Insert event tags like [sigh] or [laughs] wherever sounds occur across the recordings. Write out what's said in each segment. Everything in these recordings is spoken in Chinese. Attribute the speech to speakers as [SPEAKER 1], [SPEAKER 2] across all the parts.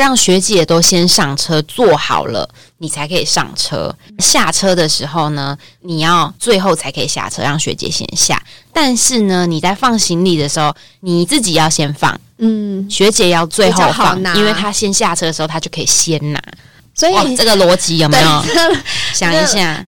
[SPEAKER 1] 让学姐都先上车坐好了，你才可以上车。下车的时候呢，你要最后才可以下车，让学姐先下。但是呢，你在放行李的时候，你自己要先放，
[SPEAKER 2] 嗯，
[SPEAKER 1] 学姐要最后
[SPEAKER 2] 比较好
[SPEAKER 1] 放，
[SPEAKER 2] 拿
[SPEAKER 1] 因为她先下车的时候，她就可以先拿。
[SPEAKER 2] 所
[SPEAKER 1] 哇，
[SPEAKER 2] 以
[SPEAKER 1] 这个逻辑有没有？
[SPEAKER 2] [laughs] 对，
[SPEAKER 1] 想一下，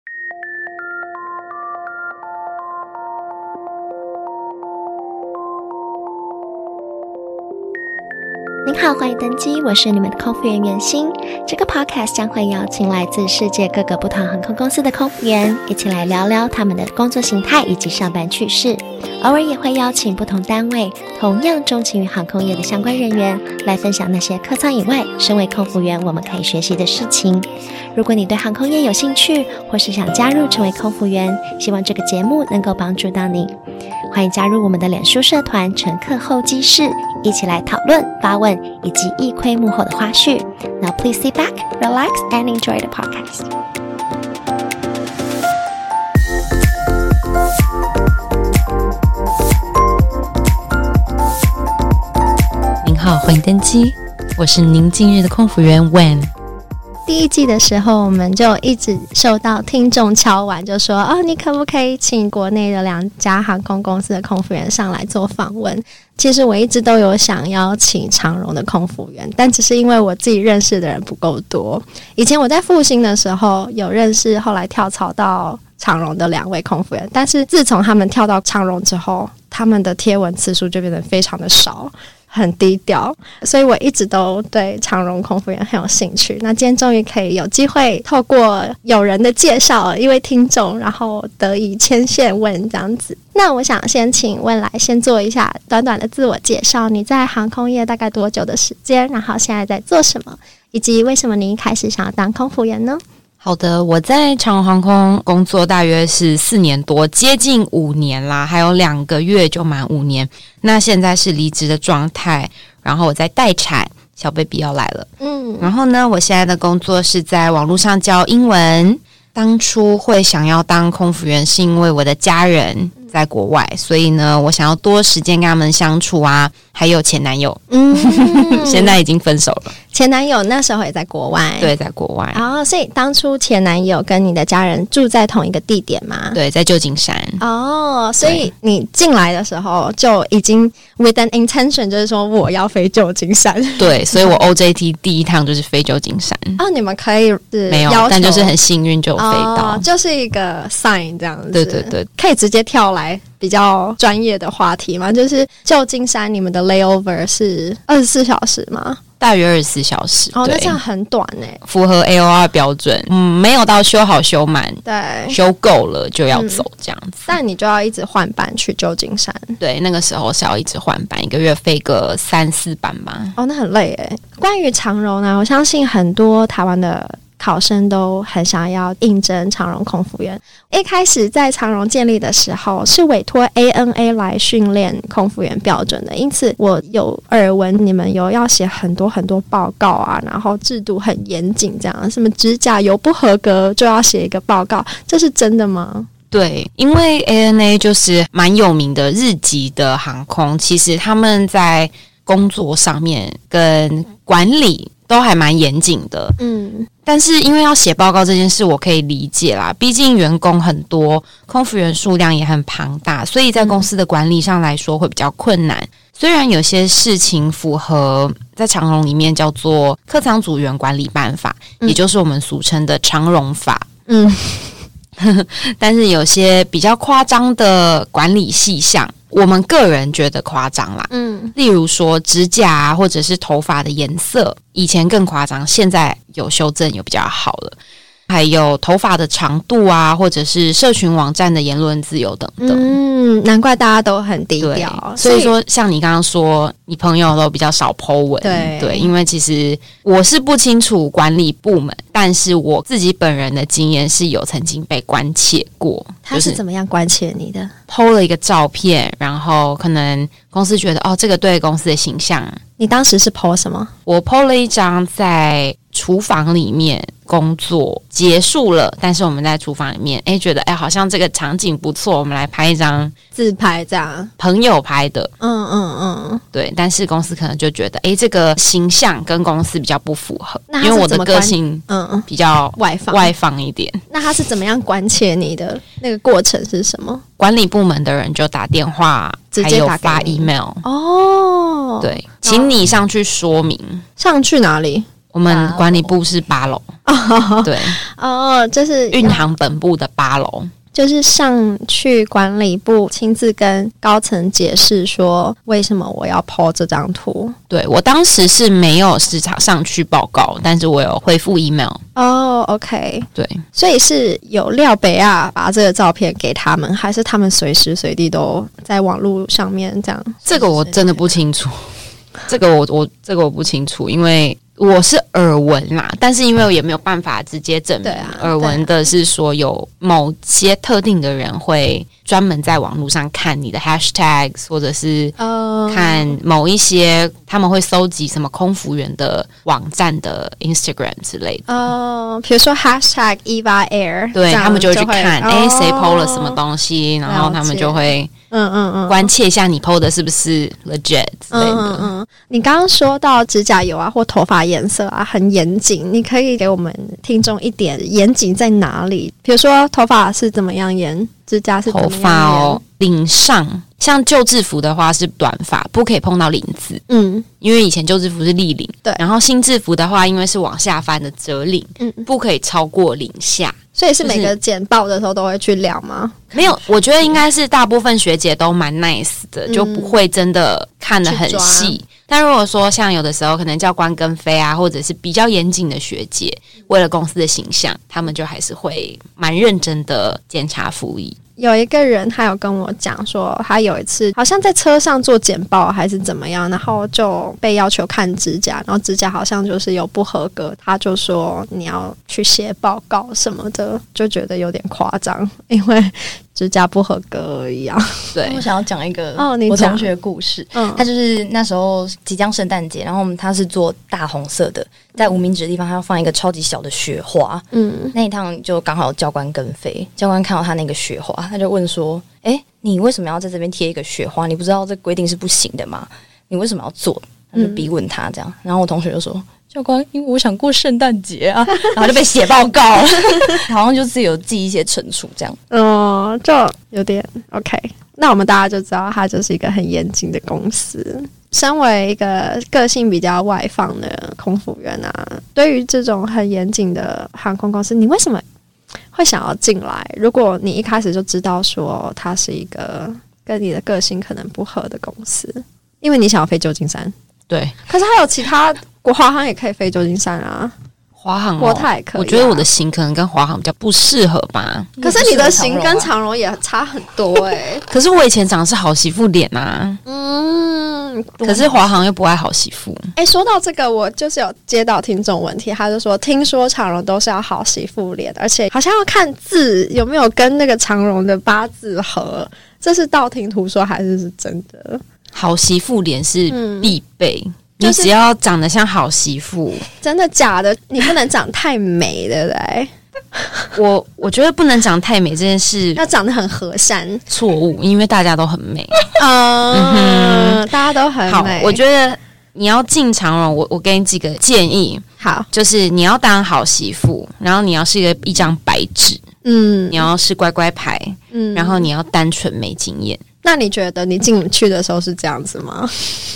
[SPEAKER 3] 您好，欢迎登机，我是你们的空服员袁心。这个 podcast 将会邀请来自世界各个不同航空公司的空服员，一起来聊聊他们的工作形态以及上班趣事。偶尔也会邀请不同单位同样钟情于航空业的相关人员，来分享那些客舱以外，身为空服员我们可以学习的事情。如果你对航空业有兴趣，或是想加入成为空服员，希望这个节目能够帮助到你。欢迎加入我们的脸书社团“乘客候机室”，一起来讨论、发问以及一窥幕后的花絮。Now please sit back, relax, and enjoy the podcast.
[SPEAKER 1] 您好，欢迎登机，我是您近日的空服员 Wen。
[SPEAKER 2] 第一季的时候，我们就一直受到听众敲完，就说：“哦，你可不可以请国内的两家航空公司的空服员上来做访问？”其实我一直都有想邀请长荣的空服员，但只是因为我自己认识的人不够多。以前我在复兴的时候有认识，后来跳槽到长荣的两位空服员，但是自从他们跳到长荣之后，他们的贴文次数就变得非常的少，很低调。所以我一直都对长荣空服员很有兴趣。那今天终于可以有机会透过有人的介绍，一位听众，然后得以牵线问这样子。那我想先请问来先做一下短短的自我介绍，你在航空业大概多久的时间？然后现在在做什么？以及为什么你一开始想要当空服员呢？
[SPEAKER 1] 好的，我在长荣航空工作大约是四年多，接近五年啦，还有两个月就满五年。那现在是离职的状态，然后我在待产，小 baby 要来了。
[SPEAKER 2] 嗯
[SPEAKER 1] 然后呢，我现在的工作是在网络上教英文。当初会想要当空服员，是因为我的家人在国外，所以呢，我想要多时间跟他们相处啊，还有前男友，
[SPEAKER 2] 嗯
[SPEAKER 1] 现在已经分手了，
[SPEAKER 2] [laughs] 前男友那时候也在国外，。
[SPEAKER 1] 对，在国外，
[SPEAKER 2] 然后，所以当初前男友跟你的家人住在同一个地点吗？
[SPEAKER 1] 对，在旧金山。
[SPEAKER 2] 哦，所以你进来的时候就已经 with an intention，就是说我要飞旧金山。
[SPEAKER 1] 对，所以我 OJT 第一趟就是飞旧金山，
[SPEAKER 2] 哦，你们可以是
[SPEAKER 1] 没有
[SPEAKER 2] 要求，
[SPEAKER 1] 但就是很幸运就有飞到。
[SPEAKER 2] 哦，就是一个 sign 这样子。
[SPEAKER 1] 对对对，
[SPEAKER 2] 可以直接跳来比较专业的话题吗？就是旧金山你们的 layover 是二十四小时吗？
[SPEAKER 1] 大约二十四小时，
[SPEAKER 2] 哦，那
[SPEAKER 1] 对
[SPEAKER 2] 这样很短哎、
[SPEAKER 1] 符合 AOR 标准，嗯，没有到修好修满，
[SPEAKER 2] 对，
[SPEAKER 1] 修够了就要
[SPEAKER 2] 哎嗯
[SPEAKER 1] 走这样子。
[SPEAKER 2] 但你就要一直换班去旧金山。
[SPEAKER 1] 对，那个时候是要一直换班，一个月飞个三四班吧。
[SPEAKER 2] 哦，那很累诶。关于长荣呢，我相信很多台湾的考生都很想要应征长荣空服员。一开始在长荣建立的时候，是委托 ANA 来训练空服员标准的，因此我有耳闻你们有要写很多很多报告啊，然后制度很严谨，这样什么指甲油不合格就要写一个报告，这是真的吗？
[SPEAKER 1] 对，因为 ANA 就是蛮有名的日籍的航空，其实他们在工作上面跟管理都还蛮严谨的。
[SPEAKER 2] 嗯，
[SPEAKER 1] 但是因为要写报告这件事，我可以理解啦，毕竟员工很多，空服员数量也很庞大，所以在公司的管理上来说会比较困难。虽然有些事情符合在长荣里面叫做客舱组员管理办法，
[SPEAKER 2] 嗯
[SPEAKER 1] 也就是我们俗称的长荣法，
[SPEAKER 2] 嗯，
[SPEAKER 1] 但是有些比较夸张的管理细项，我们个人觉得夸张啦。
[SPEAKER 2] 嗯，
[SPEAKER 1] 例如说指甲啊，或者是头发的颜色，以前更夸张，现在有修正有比较好了。还有头发的长度啊，或者是社群网站的言论自由等等。
[SPEAKER 2] 嗯，难怪大家都很低
[SPEAKER 1] 对
[SPEAKER 2] 调，，
[SPEAKER 1] 所以说像你刚刚说，你朋友都比较少 Po 文，
[SPEAKER 2] 对
[SPEAKER 1] 因为其实我是不清楚管理部门，但是我自己本人的经验是有曾经被关切过，
[SPEAKER 2] 他是怎么样关切你的？
[SPEAKER 1] PO 了一个照片，然后可能公司觉得哦，这个对公司的形象
[SPEAKER 2] 你当时是 PO 什么？
[SPEAKER 1] 我 PO 了一张在厨房里面工作结束了，但是我们在厨房里面，哎，觉得哎好像这个场景不错，我们来拍一张
[SPEAKER 2] 自拍这样，
[SPEAKER 1] 朋友拍的，
[SPEAKER 2] 嗯嗯嗯，
[SPEAKER 1] 对。但是公司可能就觉得，哎，这个形象跟公司比较不符合，
[SPEAKER 2] 那他
[SPEAKER 1] 因为
[SPEAKER 2] 是
[SPEAKER 1] 我
[SPEAKER 2] 怎
[SPEAKER 1] 的
[SPEAKER 2] 么
[SPEAKER 1] 个
[SPEAKER 2] 关
[SPEAKER 1] 性
[SPEAKER 2] 嗯嗯，
[SPEAKER 1] 比较
[SPEAKER 2] 外放。
[SPEAKER 1] 外放一点。
[SPEAKER 2] 那他是怎么样关切你的？那个过程是什么？
[SPEAKER 1] 管理部门的人就打电话，
[SPEAKER 2] 直
[SPEAKER 1] 还
[SPEAKER 2] 接
[SPEAKER 1] 有
[SPEAKER 2] 打给
[SPEAKER 1] 发
[SPEAKER 2] 你
[SPEAKER 1] email，
[SPEAKER 2] 哦，，
[SPEAKER 1] 对，请你上去说明。
[SPEAKER 2] 上去哪里？
[SPEAKER 1] 我们管理部是八 [laughs] 楼，对，
[SPEAKER 2] 哦，就是
[SPEAKER 1] 运航本部的八楼，
[SPEAKER 2] 就是上去管理部亲自跟高层解释说，为什么我要 PO 这张图。
[SPEAKER 1] 对我当时是没有市场上去报告，但是我有回复 email，
[SPEAKER 2] 哦、o k
[SPEAKER 1] 对，
[SPEAKER 2] 所以是有廖北亚把这个照片给他们，还是他们随时随地都在网络上面这样？
[SPEAKER 1] 这个我真的不清楚， [laughs] 这个我我这个我不清楚，因为。我是耳闻啦，但是因为我也没有办法直接证明。
[SPEAKER 2] 对啊
[SPEAKER 1] 耳闻的是说有某些特定的人会专门在网络上看你的 hashtags，或者是
[SPEAKER 2] 呃，
[SPEAKER 1] 看某一些他们会搜集什么空服员的网站的 Instagram 之类的，
[SPEAKER 2] 呃，比如说 hashtag Eva Air，
[SPEAKER 1] 对
[SPEAKER 2] 这样
[SPEAKER 1] 他们就会
[SPEAKER 2] 就
[SPEAKER 1] 去看，
[SPEAKER 2] 哦
[SPEAKER 1] 哎、谁 PO 了什么东西，然后他们就会
[SPEAKER 2] 嗯嗯嗯，
[SPEAKER 1] 关切一下你 PO 的是不是 legit 之类
[SPEAKER 2] 嗯嗯
[SPEAKER 1] 的。
[SPEAKER 2] 嗯，你刚刚说到指甲油啊，或头发颜色啊，很严谨。你可以给我们听众一点严谨在哪里？比如说头发是怎么样严，指甲是怎
[SPEAKER 1] 头
[SPEAKER 2] 么样严？
[SPEAKER 1] 发哦，领上像旧制服的话是短发，不可以碰到领子，
[SPEAKER 2] 嗯，
[SPEAKER 1] 因为以前旧制服是立领，
[SPEAKER 2] 对
[SPEAKER 1] 然后新制服的话，因为是往下翻的折领，
[SPEAKER 2] 嗯
[SPEAKER 1] 不可以超过领下。
[SPEAKER 2] 所以是每
[SPEAKER 1] 就
[SPEAKER 2] 个
[SPEAKER 1] 是
[SPEAKER 2] 剪报的时候都会去聊吗？
[SPEAKER 1] 没有，我觉得应该是大部分学姐都蛮 nice 的，
[SPEAKER 2] 嗯
[SPEAKER 1] 就不会真的看得很细。但如果说像有的时候可能教官跟飞啊，或者是比较严谨的学姐，
[SPEAKER 2] 嗯
[SPEAKER 1] 为了公司的形象，他们就还是会蛮认真的检查服役。
[SPEAKER 2] 有一个人他有跟我讲说，他有一次好像在车上做剪报还是怎么样，然后就被要求看指甲，然后指甲好像就是有不合格，他就说你要去写报告什么的，就觉得有点夸张，因为指甲不合格而已啊。
[SPEAKER 1] 对
[SPEAKER 4] 我，想要讲一个
[SPEAKER 2] 哦你
[SPEAKER 4] 我
[SPEAKER 2] 讲
[SPEAKER 4] 同学的故事。
[SPEAKER 2] 嗯
[SPEAKER 4] 他就是那时候即将圣诞节，然后我们他是做大红色的，在无名指的地方，他要放一个超级小的雪花。
[SPEAKER 2] 嗯，
[SPEAKER 4] 那一趟就刚好教官跟飞，教官看到他那个雪花，他就问说：“哎、你为什么要在这边贴一个雪花？你不知道这规定是不行的吗？你为什么要做？”他就逼问他这样，然后我同学就说：“教官，因为我想过圣诞
[SPEAKER 2] [laughs]
[SPEAKER 4] 节啊。”然后就被写报告 [laughs] 了，好像就是有记一些惩处这样。
[SPEAKER 2] 哦，就有点 OK。那我们大家就知道，它就是一个很严谨的公司。身为一个个性比较外放的空服员啊，对于这种很严谨的航空公司，你为什么会想要进来？如果你一开始就知道说它是一个跟你的个性可能不合的公司，因为你想要飞旧金山，
[SPEAKER 1] 对，
[SPEAKER 2] 可是还有其他国华航也可以飞旧金山啊，
[SPEAKER 1] 华航、哦、
[SPEAKER 2] 国泰也可以啊、嗯
[SPEAKER 1] 我觉得我的型可能跟华航比较不适合吧。
[SPEAKER 2] 可是你的型跟
[SPEAKER 4] 长。
[SPEAKER 2] 长荣也差很多哎、
[SPEAKER 1] 可是我以前长得是好媳妇脸啊，
[SPEAKER 2] 嗯，
[SPEAKER 1] 可是华航又不爱好媳妇。
[SPEAKER 2] 哎、说到这个，我就是有接到听众问题，他就说，听说长荣都是要好媳妇脸，而且好像要看字有没有跟那个长荣的八字合，这是道听途说还是是真的？
[SPEAKER 1] 好媳妇脸是
[SPEAKER 2] 嗯
[SPEAKER 1] 必备，
[SPEAKER 2] 就是
[SPEAKER 1] 你只要长得像好媳妇。
[SPEAKER 2] 真的假的？你不能长太美，对不对？
[SPEAKER 1] 我我觉得不能长太美这件事
[SPEAKER 2] 要长得很和善，
[SPEAKER 1] 错误，因为大家都很美。
[SPEAKER 2] 嗯，大家都很
[SPEAKER 1] 好
[SPEAKER 2] 美，，
[SPEAKER 1] 我觉得你要进长荣，我我给你几个建议，
[SPEAKER 2] 好，
[SPEAKER 1] 就是你要当好媳妇，然后你要是一个一张白纸，
[SPEAKER 2] 嗯
[SPEAKER 1] 你要是乖乖牌，
[SPEAKER 2] 嗯
[SPEAKER 1] 然后你要单纯没经验。
[SPEAKER 2] 那你觉得你进去的时候是这样子吗？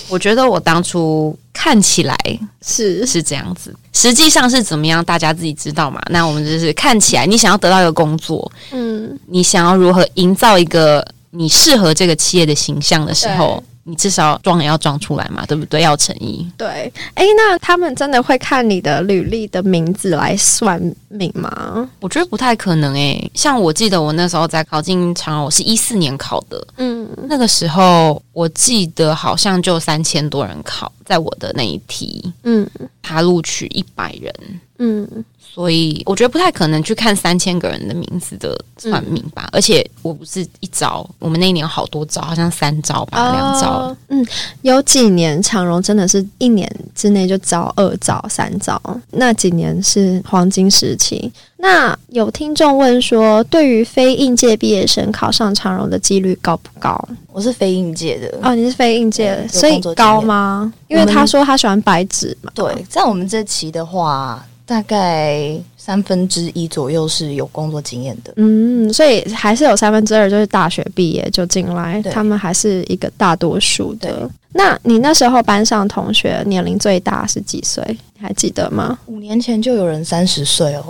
[SPEAKER 1] 我觉得我当初看起来
[SPEAKER 2] 是
[SPEAKER 1] 是这样子，实际上是怎么样，大家自己知道嘛。那我们就是看起来，你想要得到一个工作，
[SPEAKER 2] 嗯，
[SPEAKER 1] 你想要如何营造一个你适合这个企业的形象的时候
[SPEAKER 2] 对，
[SPEAKER 1] 你至少装也要装出来嘛，对不对？要有诚意。
[SPEAKER 2] 对。哎、那他们真的会看你的履历的名字来算命吗？
[SPEAKER 1] 我觉得不太可能诶、像我记得我那时候在考进长荣，我是一四年考的，
[SPEAKER 2] 嗯，
[SPEAKER 1] 那个时候我记得好像就三千多人考，在我的那一题，
[SPEAKER 2] 嗯
[SPEAKER 1] 他录取一百人，
[SPEAKER 2] 嗯
[SPEAKER 1] 所以我觉得不太可能去看三千个人的名字的算命吧。而且我不是一招，我们那一年有好多招，好像三招吧，两、招。
[SPEAKER 2] 哦嗯，有几年长荣真的是一年之内就招二招三招，那几年是黄金时期。那有听众问说，对于非应届毕业生考上长荣的几率高不高？
[SPEAKER 4] 我是非应届的，
[SPEAKER 2] 哦，你是非应届
[SPEAKER 4] 对
[SPEAKER 2] 的，
[SPEAKER 4] 有
[SPEAKER 2] 所以
[SPEAKER 4] 工作经
[SPEAKER 2] 高
[SPEAKER 4] 验
[SPEAKER 2] 吗？因为
[SPEAKER 4] 我们
[SPEAKER 2] 他说他喜欢白纸嘛。
[SPEAKER 4] 对，在我们这期的话，大概三分之一左右是有工作经验的。
[SPEAKER 2] 嗯，所以还是有三分之二就是大学毕业就进来，
[SPEAKER 4] 对
[SPEAKER 2] 他们还是一个大多数的
[SPEAKER 4] 对。
[SPEAKER 2] 那你那时候班上同学年龄最大是几岁？你还记得吗？
[SPEAKER 4] 五年前就有人三十岁哦，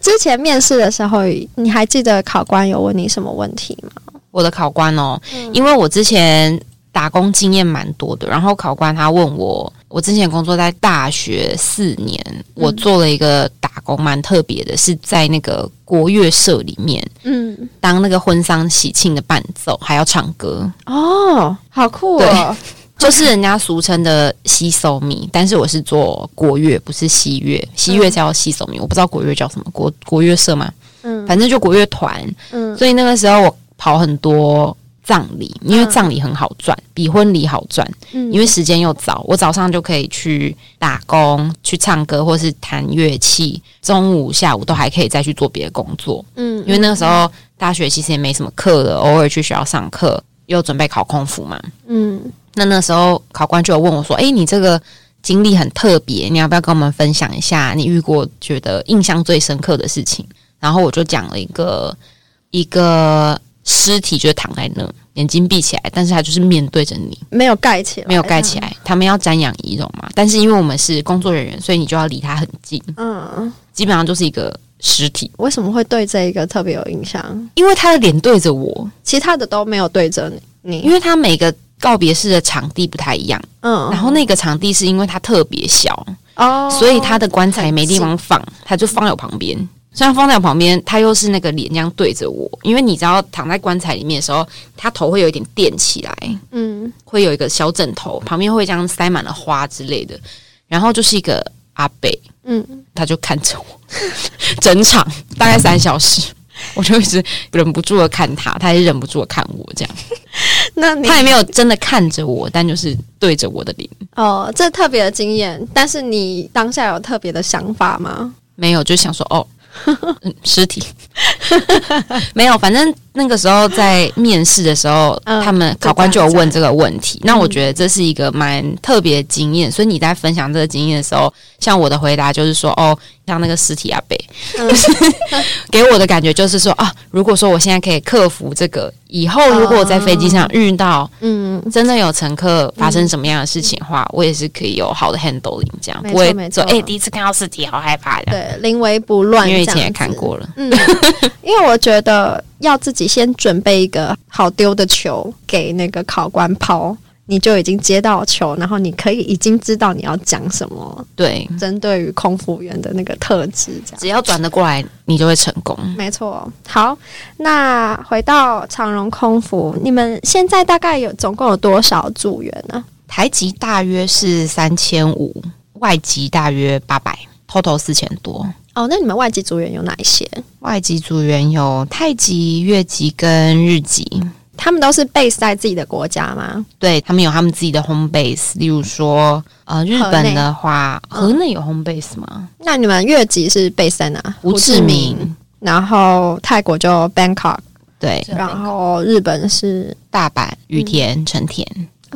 [SPEAKER 2] 之前面试的时候，你还记得考官有问你什么问题吗？
[SPEAKER 1] 我的考官哦，因为我之前打工经验蛮多的，然后考官他问我，我之前工作在大学四年，我做了一个打工蛮特别的，是在那个国乐社里面
[SPEAKER 2] 嗯，
[SPEAKER 1] 当那个婚丧喜庆的伴奏，还要唱歌，
[SPEAKER 2] 哦，好酷哦
[SPEAKER 1] 对！就是人家俗称的西手米，但是我是做国乐，不是西乐，西乐叫西手米，我不知道国乐叫什么，国国乐社嘛，
[SPEAKER 2] 嗯
[SPEAKER 1] 反正就国乐团，
[SPEAKER 2] 嗯
[SPEAKER 1] 所以那个时候我跑很多葬礼，因为
[SPEAKER 2] 嗯
[SPEAKER 1] 葬礼很好赚，比婚礼好赚，
[SPEAKER 2] 嗯
[SPEAKER 1] 因为时间又早，我早上就可以去打工、去唱歌或是弹乐器，中午、下午都还可以再去做别的工作。
[SPEAKER 2] 嗯
[SPEAKER 1] 因为那个时候大学其实也没什么课了，偶尔去学校上课，又准备考空服嘛。
[SPEAKER 2] 嗯
[SPEAKER 1] 那那时候考官就有问我说：“诶，你这个经历很特别，你要不要跟我们分享一下你遇过觉得印象最深刻的事情？”然后我就讲了一个一个尸体就躺在那，眼睛闭起来，但是他就是面对着你，
[SPEAKER 2] 没有盖起来，
[SPEAKER 1] 没有盖起来。他们要瞻仰仪容嘛，但是因为我们是工作人员，所以你就要离他很近，
[SPEAKER 2] 这样。嗯，
[SPEAKER 1] 基本上就是一个尸体，
[SPEAKER 2] 为什么会对这一个特别有印象？
[SPEAKER 1] 因为他的脸对着我，
[SPEAKER 2] 其他的都没有对着你，
[SPEAKER 1] 因
[SPEAKER 2] 你
[SPEAKER 1] 为他每个告别式的场地不太一样，
[SPEAKER 2] 嗯
[SPEAKER 1] 然后那个场地是因为它特别小。
[SPEAKER 2] 哦，
[SPEAKER 1] 所以他的棺材没地方放，他就放在我旁边。虽然放在我旁边，他又是那个脸这样对着我，因为你知道躺在棺材里面的时候，他头会有一点垫起来，
[SPEAKER 2] 嗯
[SPEAKER 1] 会有一个小枕头，旁边会这样塞满了花之类的。然后就是一个阿北，
[SPEAKER 2] 嗯，
[SPEAKER 1] 他就看着我，整场大概三小时，我就一直忍不住的看他，他也忍不住的看我，这样
[SPEAKER 2] 那你
[SPEAKER 1] 他也没有真的看着我，但就是对着我的脸，
[SPEAKER 2] 哦，这特别的经验，但是你当下有特别的想法吗？
[SPEAKER 1] 没有，就想说哦， [laughs] 嗯，尸体 [laughs] 没有。反正那个时候在面试的时候，
[SPEAKER 2] 嗯
[SPEAKER 1] 他们
[SPEAKER 2] 就
[SPEAKER 1] 考官就
[SPEAKER 2] 这样
[SPEAKER 1] 有问这个问题。那我觉得这是一个蛮特别的经验，所以你在分享这个经验的时候，像我的回答就是说，哦，像那个尸体阿北，
[SPEAKER 2] 嗯
[SPEAKER 1] 给我的感觉就是说啊，如果说我现在可以克服这个，以后
[SPEAKER 2] 哦
[SPEAKER 1] 如果我在飞机上遇到
[SPEAKER 2] 嗯，
[SPEAKER 1] 真的有乘客发生什么样的事情的话，我也是可以有好的 handling，这样
[SPEAKER 2] 没
[SPEAKER 1] 不
[SPEAKER 2] 错
[SPEAKER 1] 会
[SPEAKER 2] 没
[SPEAKER 1] 说
[SPEAKER 2] 错
[SPEAKER 1] 哎、第一次看到尸体好害怕这样。
[SPEAKER 2] 对，临危不乱，
[SPEAKER 1] 因为以前也看。过了，
[SPEAKER 2] 嗯，因为我觉得要自己先准备一个好丢的球给那个考官抛，你就已经接到球，然后你可以已经知道你要讲什么，
[SPEAKER 1] 对，
[SPEAKER 2] 针对于空服员的那个特质，这样。
[SPEAKER 1] 只要转得过来，你就会成功。
[SPEAKER 2] 没错，好，那回到长荣空服，你们现在大概有总共有多少组员呢、
[SPEAKER 1] 台籍大约是三千五，外籍大约八百，total 四千多。
[SPEAKER 2] 哦，那你们外籍组员有哪一些？
[SPEAKER 1] 外籍组员有泰籍、越籍跟日籍，
[SPEAKER 2] 他们都是 base 在自己的国家吗？
[SPEAKER 1] 对他们有他们自己的 home base，例如说，呃，日本的话，
[SPEAKER 2] 河内
[SPEAKER 1] 河内有 home base 吗？
[SPEAKER 2] 那你们越籍是 base 在哪？
[SPEAKER 1] 胡志明，
[SPEAKER 2] 然后泰国就 Bangkok，
[SPEAKER 1] 对，
[SPEAKER 2] 然后日本是
[SPEAKER 1] 大阪、羽田、成田，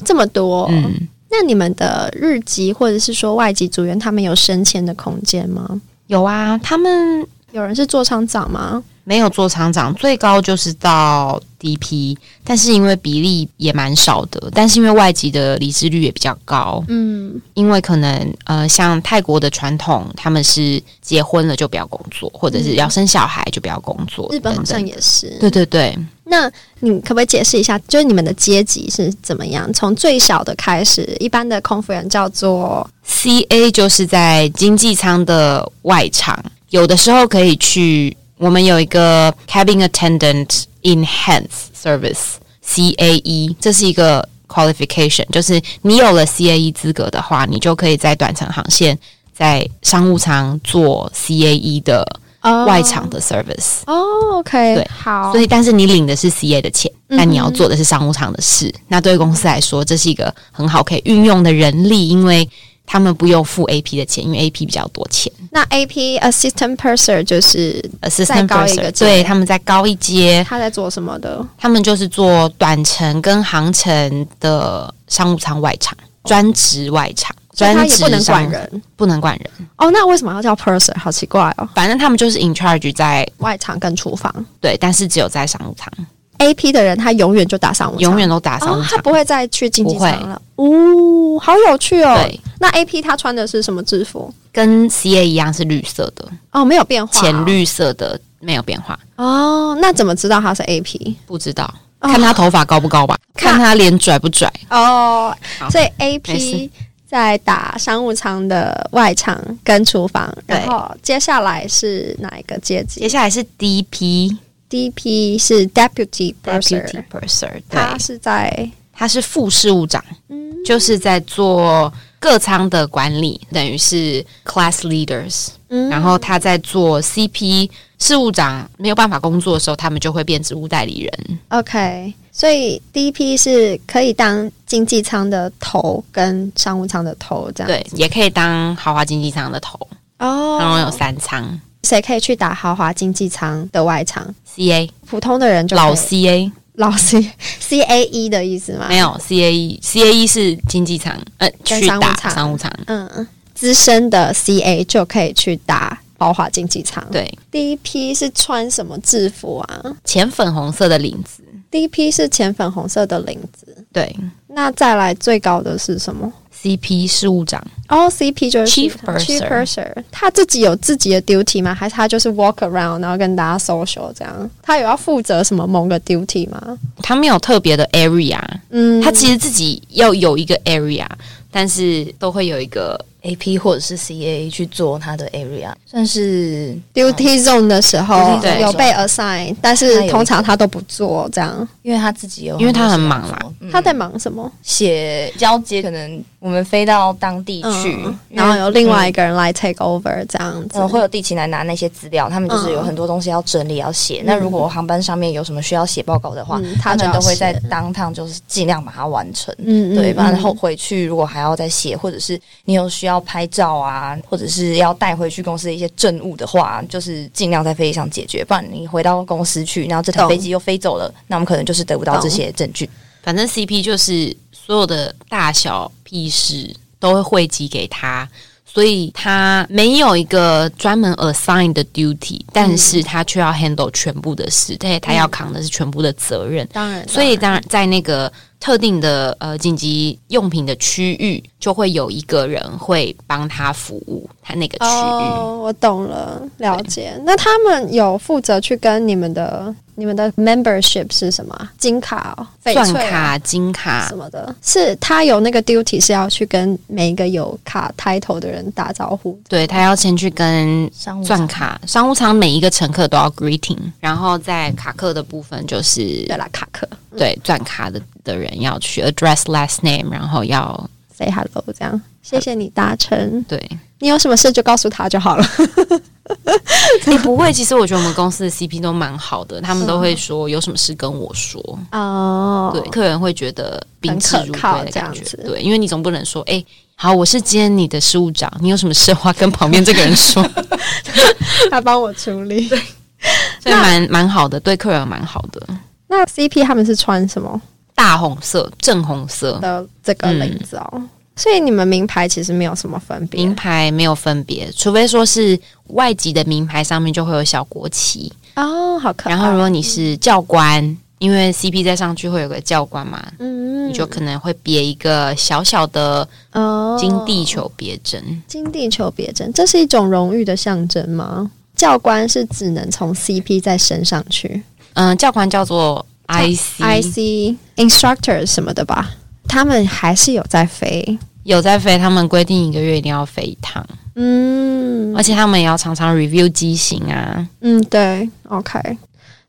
[SPEAKER 2] 这么多。
[SPEAKER 1] 嗯，
[SPEAKER 2] 那你们的日籍或者是说外籍组员，他们有升迁的空间吗？
[SPEAKER 1] 有啊，他们
[SPEAKER 2] 有人是做厂长吗？
[SPEAKER 1] 没有做厂长，最高就是到 DP，但是因为比例也蛮少的，但是因为外籍的离职率也比较高，
[SPEAKER 2] 嗯
[SPEAKER 1] 因为可能呃，像泰国的传统，他们是结婚了就不要工作，或者是要生小孩就不要工作，
[SPEAKER 2] 嗯日本好像
[SPEAKER 1] 等等
[SPEAKER 2] 也是。
[SPEAKER 1] 对对对，
[SPEAKER 2] 那你可不可以解释一下，就是你们的阶级是怎么样？从最小的开始，一般的空服员叫做
[SPEAKER 1] C A 就是在经济舱的外场，有的时候可以去。我们有一个 cabin attendant enhance service C A E，这是一个 qualification，就是你有了 CAE 资格的话，你就可以在短程航线、在商务舱做 CAE 的
[SPEAKER 2] 哦
[SPEAKER 1] 外场的 service。
[SPEAKER 2] 哦，OK，
[SPEAKER 1] 对
[SPEAKER 2] 好，
[SPEAKER 1] 所以，但是你领的是 CA 的钱，
[SPEAKER 2] 嗯哼
[SPEAKER 1] 但你要做的是商务舱的事。那对公司来说，这是一个很好可以运用的人力，因为他们不用付 AP 的钱，因为 AP 比较多钱。
[SPEAKER 2] 那 AP Assistant Purser 就是再
[SPEAKER 1] Assistant
[SPEAKER 2] 高一个
[SPEAKER 1] Purser，
[SPEAKER 2] 阶
[SPEAKER 1] 对他们在高一阶，
[SPEAKER 2] 他在做什么的？
[SPEAKER 1] 他们就是做短程跟航程的商务舱外场、专职外场、
[SPEAKER 2] 所以
[SPEAKER 1] 专
[SPEAKER 2] 他
[SPEAKER 1] 职
[SPEAKER 2] 也不能
[SPEAKER 1] 商
[SPEAKER 2] 管
[SPEAKER 1] 务，
[SPEAKER 2] 人
[SPEAKER 1] 不能管人。
[SPEAKER 2] 哦。那为什么要叫 Purser？好奇怪哦，
[SPEAKER 1] 反正他们就是 in charge 在
[SPEAKER 2] 外场跟厨房。
[SPEAKER 1] 对，但是只有在商务舱，
[SPEAKER 2] AP 的人他永远就打商务舱，
[SPEAKER 1] 永远都打商务
[SPEAKER 2] 哦，
[SPEAKER 1] 舱。
[SPEAKER 2] 他不会再去经济
[SPEAKER 1] 不会
[SPEAKER 2] 舱了。哦，好有趣哦。
[SPEAKER 1] 对，
[SPEAKER 2] 那 AP 他穿的是什么制服？
[SPEAKER 1] 跟 CA 一样是绿色的，
[SPEAKER 2] 哦，没有变化、
[SPEAKER 1] 浅。绿色的没有变化。
[SPEAKER 2] 哦，那怎么知道他是 AP？
[SPEAKER 1] 不知道，
[SPEAKER 2] 哦
[SPEAKER 1] 看他头发高不高吧，看他脸拽不拽。
[SPEAKER 2] 哦，
[SPEAKER 1] 好
[SPEAKER 2] 所以
[SPEAKER 1] 没事
[SPEAKER 2] AP 在打商务舱的外场跟厨房，
[SPEAKER 1] 对
[SPEAKER 2] 然后接下来是哪一个阶级
[SPEAKER 1] 接下来是 DP
[SPEAKER 2] ？DP 是 Deputy
[SPEAKER 1] Deputy
[SPEAKER 2] Purser，
[SPEAKER 1] Purser，
[SPEAKER 2] 他
[SPEAKER 1] 对，
[SPEAKER 2] 是在
[SPEAKER 1] 他是副事务长，
[SPEAKER 2] 嗯
[SPEAKER 1] 就是在做各舱的管理，等于是 Class Leaders。
[SPEAKER 2] 嗯
[SPEAKER 1] 然后他在做 CP 事务长没有办法工作的时候，他们就会变职务代理人。
[SPEAKER 2] OK，所以 DP 是可以当经济舱的头跟商务舱的头这样。
[SPEAKER 1] 对，也可以当豪华经济舱的头，
[SPEAKER 2] 哦，
[SPEAKER 1] 然后有三舱
[SPEAKER 2] 谁可以去打豪华经济舱的外场？
[SPEAKER 1] CA
[SPEAKER 2] 普通的人就可以
[SPEAKER 1] 老 CA
[SPEAKER 2] 老 C [laughs] C A E 的意思吗？
[SPEAKER 1] 没有 CAE CAE E 是经济舱，呃，
[SPEAKER 2] 跟
[SPEAKER 1] 去
[SPEAKER 2] 商务
[SPEAKER 1] 打
[SPEAKER 2] 舱
[SPEAKER 1] 商务舱。
[SPEAKER 2] 嗯，资深的 CA 就可以去打豪华经济舱。
[SPEAKER 1] 对，
[SPEAKER 2] ，DP 是穿什么制服啊
[SPEAKER 1] 浅粉红色的领子，
[SPEAKER 2] ？DP 是浅粉红色的领子。
[SPEAKER 1] 对
[SPEAKER 2] 那再来最高的是什么？
[SPEAKER 1] ，CP 事务长，
[SPEAKER 2] 哦，CP 就是
[SPEAKER 1] Chief
[SPEAKER 2] Chief
[SPEAKER 1] Purser
[SPEAKER 2] Purser，他自己有自己的 duty 吗？还是他就是 walk around 然后跟大家 social 这样？他有要负责什么某个 duty 吗？
[SPEAKER 1] 他没有特别的 area，
[SPEAKER 2] 嗯，
[SPEAKER 1] 他其实自己要有一个 area，但是都会有一个
[SPEAKER 4] AP 或者是 CA 去做他的 area，算是
[SPEAKER 2] duty zone 的时候
[SPEAKER 4] duty
[SPEAKER 1] zone
[SPEAKER 2] 有被 assign，但
[SPEAKER 4] 他有
[SPEAKER 2] 是
[SPEAKER 4] 一个
[SPEAKER 2] 通常他都不做这样。
[SPEAKER 4] 因为他自己有多
[SPEAKER 1] 因
[SPEAKER 4] 事要做，
[SPEAKER 1] 为他很忙啦
[SPEAKER 4] 嗯，
[SPEAKER 2] 他在忙什么？
[SPEAKER 4] 写交接，可能我们飞到当地去，
[SPEAKER 2] 嗯
[SPEAKER 4] 因为
[SPEAKER 2] 然后有另外一个人来 take over 这样子
[SPEAKER 4] 嗯，。会有地勤来拿那些资料，他们就是有
[SPEAKER 2] 嗯
[SPEAKER 4] 很多东西要整理要写。那如果航班上面有什么需要写报告的话，
[SPEAKER 2] 嗯他
[SPEAKER 4] 他
[SPEAKER 2] 就
[SPEAKER 4] 们
[SPEAKER 2] 要
[SPEAKER 4] 都会在
[SPEAKER 2] 写
[SPEAKER 4] 当趟就是尽量把它完成。
[SPEAKER 2] 嗯
[SPEAKER 4] 对，不然
[SPEAKER 2] 嗯
[SPEAKER 4] 后回去如果还要再写，或者是你有需要拍照啊，或者是要带回去公司的一些政务的话，就是尽量在飞机上解决。不然你回到公司去，然后这台
[SPEAKER 2] 懂
[SPEAKER 4] 飞机又飞走了，那我们可能就是得不到这
[SPEAKER 2] 懂
[SPEAKER 4] 些证据。
[SPEAKER 1] 反正 CP 就是所有的大小屁事都会汇集给他，所以他没有一个专门 assign 的 duty，但是他却要 handle 全部的事，对，他要扛的是全部的责任。
[SPEAKER 2] 当然，
[SPEAKER 1] 所以当然在那个特定的呃紧急用品的区域，就会有一个人会帮他服务他那个区域。
[SPEAKER 2] 哦，我懂了，了解。那他们有负责去跟你们的你们的 membership 是什么啊？金卡、哦、翡
[SPEAKER 1] 钻
[SPEAKER 2] 翠啊
[SPEAKER 1] 卡、金卡
[SPEAKER 2] 什，么的，是他有那个 duty 是要去跟每一个有卡 title 的人打招呼。
[SPEAKER 1] 对他要先去跟
[SPEAKER 4] 商务
[SPEAKER 1] 钻卡商务舱每一个乘客都要 greeting，然后在卡客的部分就是
[SPEAKER 2] 对啦，卡克
[SPEAKER 1] 对钻卡的的人要去 address last name，然后要
[SPEAKER 2] say hello 这样，谢谢你搭乘， [laughs]
[SPEAKER 1] 对。
[SPEAKER 2] 你有什么事就告诉他就
[SPEAKER 1] [laughs]
[SPEAKER 2] 好了。
[SPEAKER 1] 你不会，其实我觉得我们公司的 CP 都蛮好的，他们
[SPEAKER 2] 啊
[SPEAKER 1] 都会说有什么事跟我说。
[SPEAKER 2] 哦
[SPEAKER 1] 对，客人会觉得宾至如
[SPEAKER 2] 很可靠
[SPEAKER 1] 归的
[SPEAKER 2] 这
[SPEAKER 1] 感
[SPEAKER 2] 样
[SPEAKER 1] 觉
[SPEAKER 2] 子。
[SPEAKER 1] 对，因为你总不能说，哎、好，我是今天你的事务长，你有什么事的话跟旁边这个人
[SPEAKER 2] [laughs]
[SPEAKER 1] 说，
[SPEAKER 2] 他帮我处理。
[SPEAKER 1] 所以蛮蛮好的，对客人蛮好的。
[SPEAKER 2] 那 CP 他们是穿什么
[SPEAKER 1] 大红色、正红色，
[SPEAKER 2] 的这个领子哦？所以你们名牌其实没有什么分
[SPEAKER 1] 嗯
[SPEAKER 2] 别。
[SPEAKER 1] 名牌没有分别，除非说是外籍的名牌上面就会有小国旗。
[SPEAKER 2] 哦，好可爱。
[SPEAKER 1] 然后如果你是教官，因为 CP 再上去会有个教官嘛，
[SPEAKER 2] 嗯
[SPEAKER 1] 你就可能会别一个小小的
[SPEAKER 2] 哦，
[SPEAKER 1] 金地球别针。
[SPEAKER 2] 金地球别针，这是一种荣誉的象征吗？教官是只能从 CP 在身上去
[SPEAKER 1] 嗯、教官叫做 IC，,
[SPEAKER 2] ，IC instructor 什么的吧，他们还是有在飞。
[SPEAKER 1] 有在飞，他们规定一个月一定要飞一趟，
[SPEAKER 2] 嗯
[SPEAKER 1] 而且他们也要常常 review 机型啊。
[SPEAKER 2] 嗯，对，OK。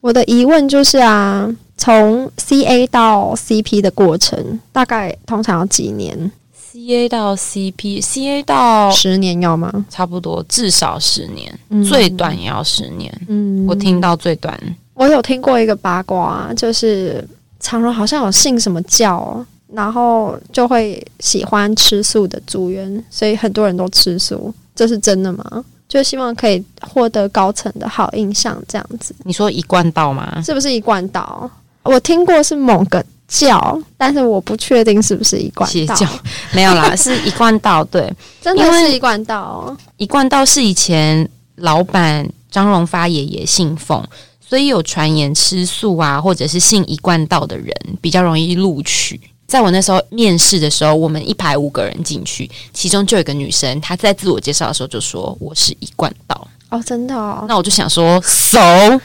[SPEAKER 2] 我的疑问就是啊，从 CA 到 CP 的过程，大概通常要几年？
[SPEAKER 1] CA 到 CP，CA 到
[SPEAKER 2] 十年要吗？
[SPEAKER 1] 差不多至少十年，
[SPEAKER 2] 嗯
[SPEAKER 1] 最短也要十年。
[SPEAKER 2] 嗯
[SPEAKER 1] 我听到最短，
[SPEAKER 2] 我有听过一个八卦啊，就是长荣好像有信什么教哦，然后就会喜欢吃素的组员，所以很多人都吃素，这是真的吗？就希望可以获得高层的好印象，这样子
[SPEAKER 1] 你说一贯道吗？
[SPEAKER 2] 是不是一贯道？我听过是某个教，但是我不确定是不是一贯
[SPEAKER 1] 邪
[SPEAKER 2] 道
[SPEAKER 1] 教，没有啦，是一贯道。对，
[SPEAKER 2] 真的
[SPEAKER 1] 因为
[SPEAKER 2] 是一贯道哦。
[SPEAKER 1] 一贯道是以前老板张荣发爷爷信奉，所以有传言吃素啊，或者是信一贯道的人比较容易录取。在我那时候面试的时候，我们一排五个人进去，其中就有一个女生，她在自我介绍的时候就说我是一贯道，
[SPEAKER 2] 哦，真的哦。
[SPEAKER 1] 那我就想说，so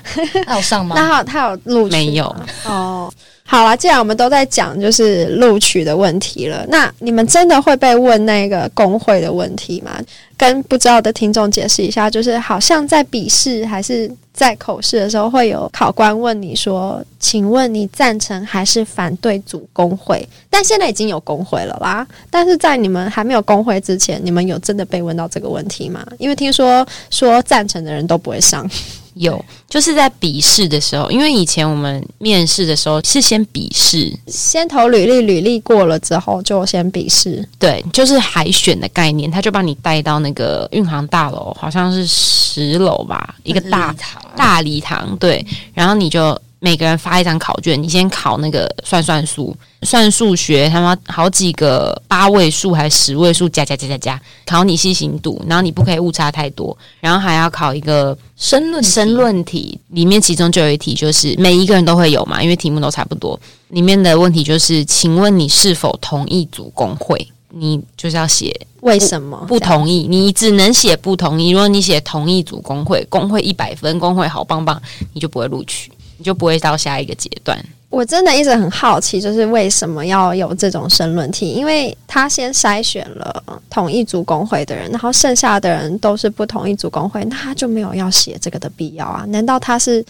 [SPEAKER 4] [laughs] 那有上
[SPEAKER 2] 那
[SPEAKER 4] 吗？
[SPEAKER 2] 他有他有录取吗
[SPEAKER 1] 没有？
[SPEAKER 2] 哦，好啦，既然我们都在讲就是录取的问题了，那你们真的会被问那个工会的问题吗？跟不知道的听众解释一下，就是好像在笔试还是在口试的时候，会有考官问你说：“请问你赞成还是反对组工会？”但现在已经有工会了啦，但是在你们还没有工会之前，你们有真的被问到这个问题吗？因为听说说赞成的人都不会上。
[SPEAKER 1] 有，就是在笔试的时候，因为以前我们面试的时候是先笔试，
[SPEAKER 2] 先投履历，履历过了之后就先笔试。
[SPEAKER 1] 对，就是海选的概念，他就把你带到那个运航大楼，好像是十楼吧，一个大
[SPEAKER 4] 堂
[SPEAKER 1] 大礼堂，对，然后你就每个人发一张考卷，你先考那个算算术，算数学，他妈好几个八位数还是十位数加加加加加，考你细心度，然后你不可以误差太多，然后还要考一个
[SPEAKER 4] 申论题
[SPEAKER 1] 申论题里面，其中就有一题就是每一个人都会有嘛，因为题目都差不多。里面的问题就是，请问你是否同意组工会？你就是要写
[SPEAKER 2] 为什么
[SPEAKER 1] 不？同意，你只能写不同意。如果你写同意组工会，工会一百分，工会好棒棒，你就不会录取，你就不会到下一个阶段。
[SPEAKER 2] 我真的一直很好奇，就是为什么要有这种申论题？因为他先筛选了同一组工会的人，然后剩下的人都是不同一组工会，那他就没有要写这个的必要啊？难道他是？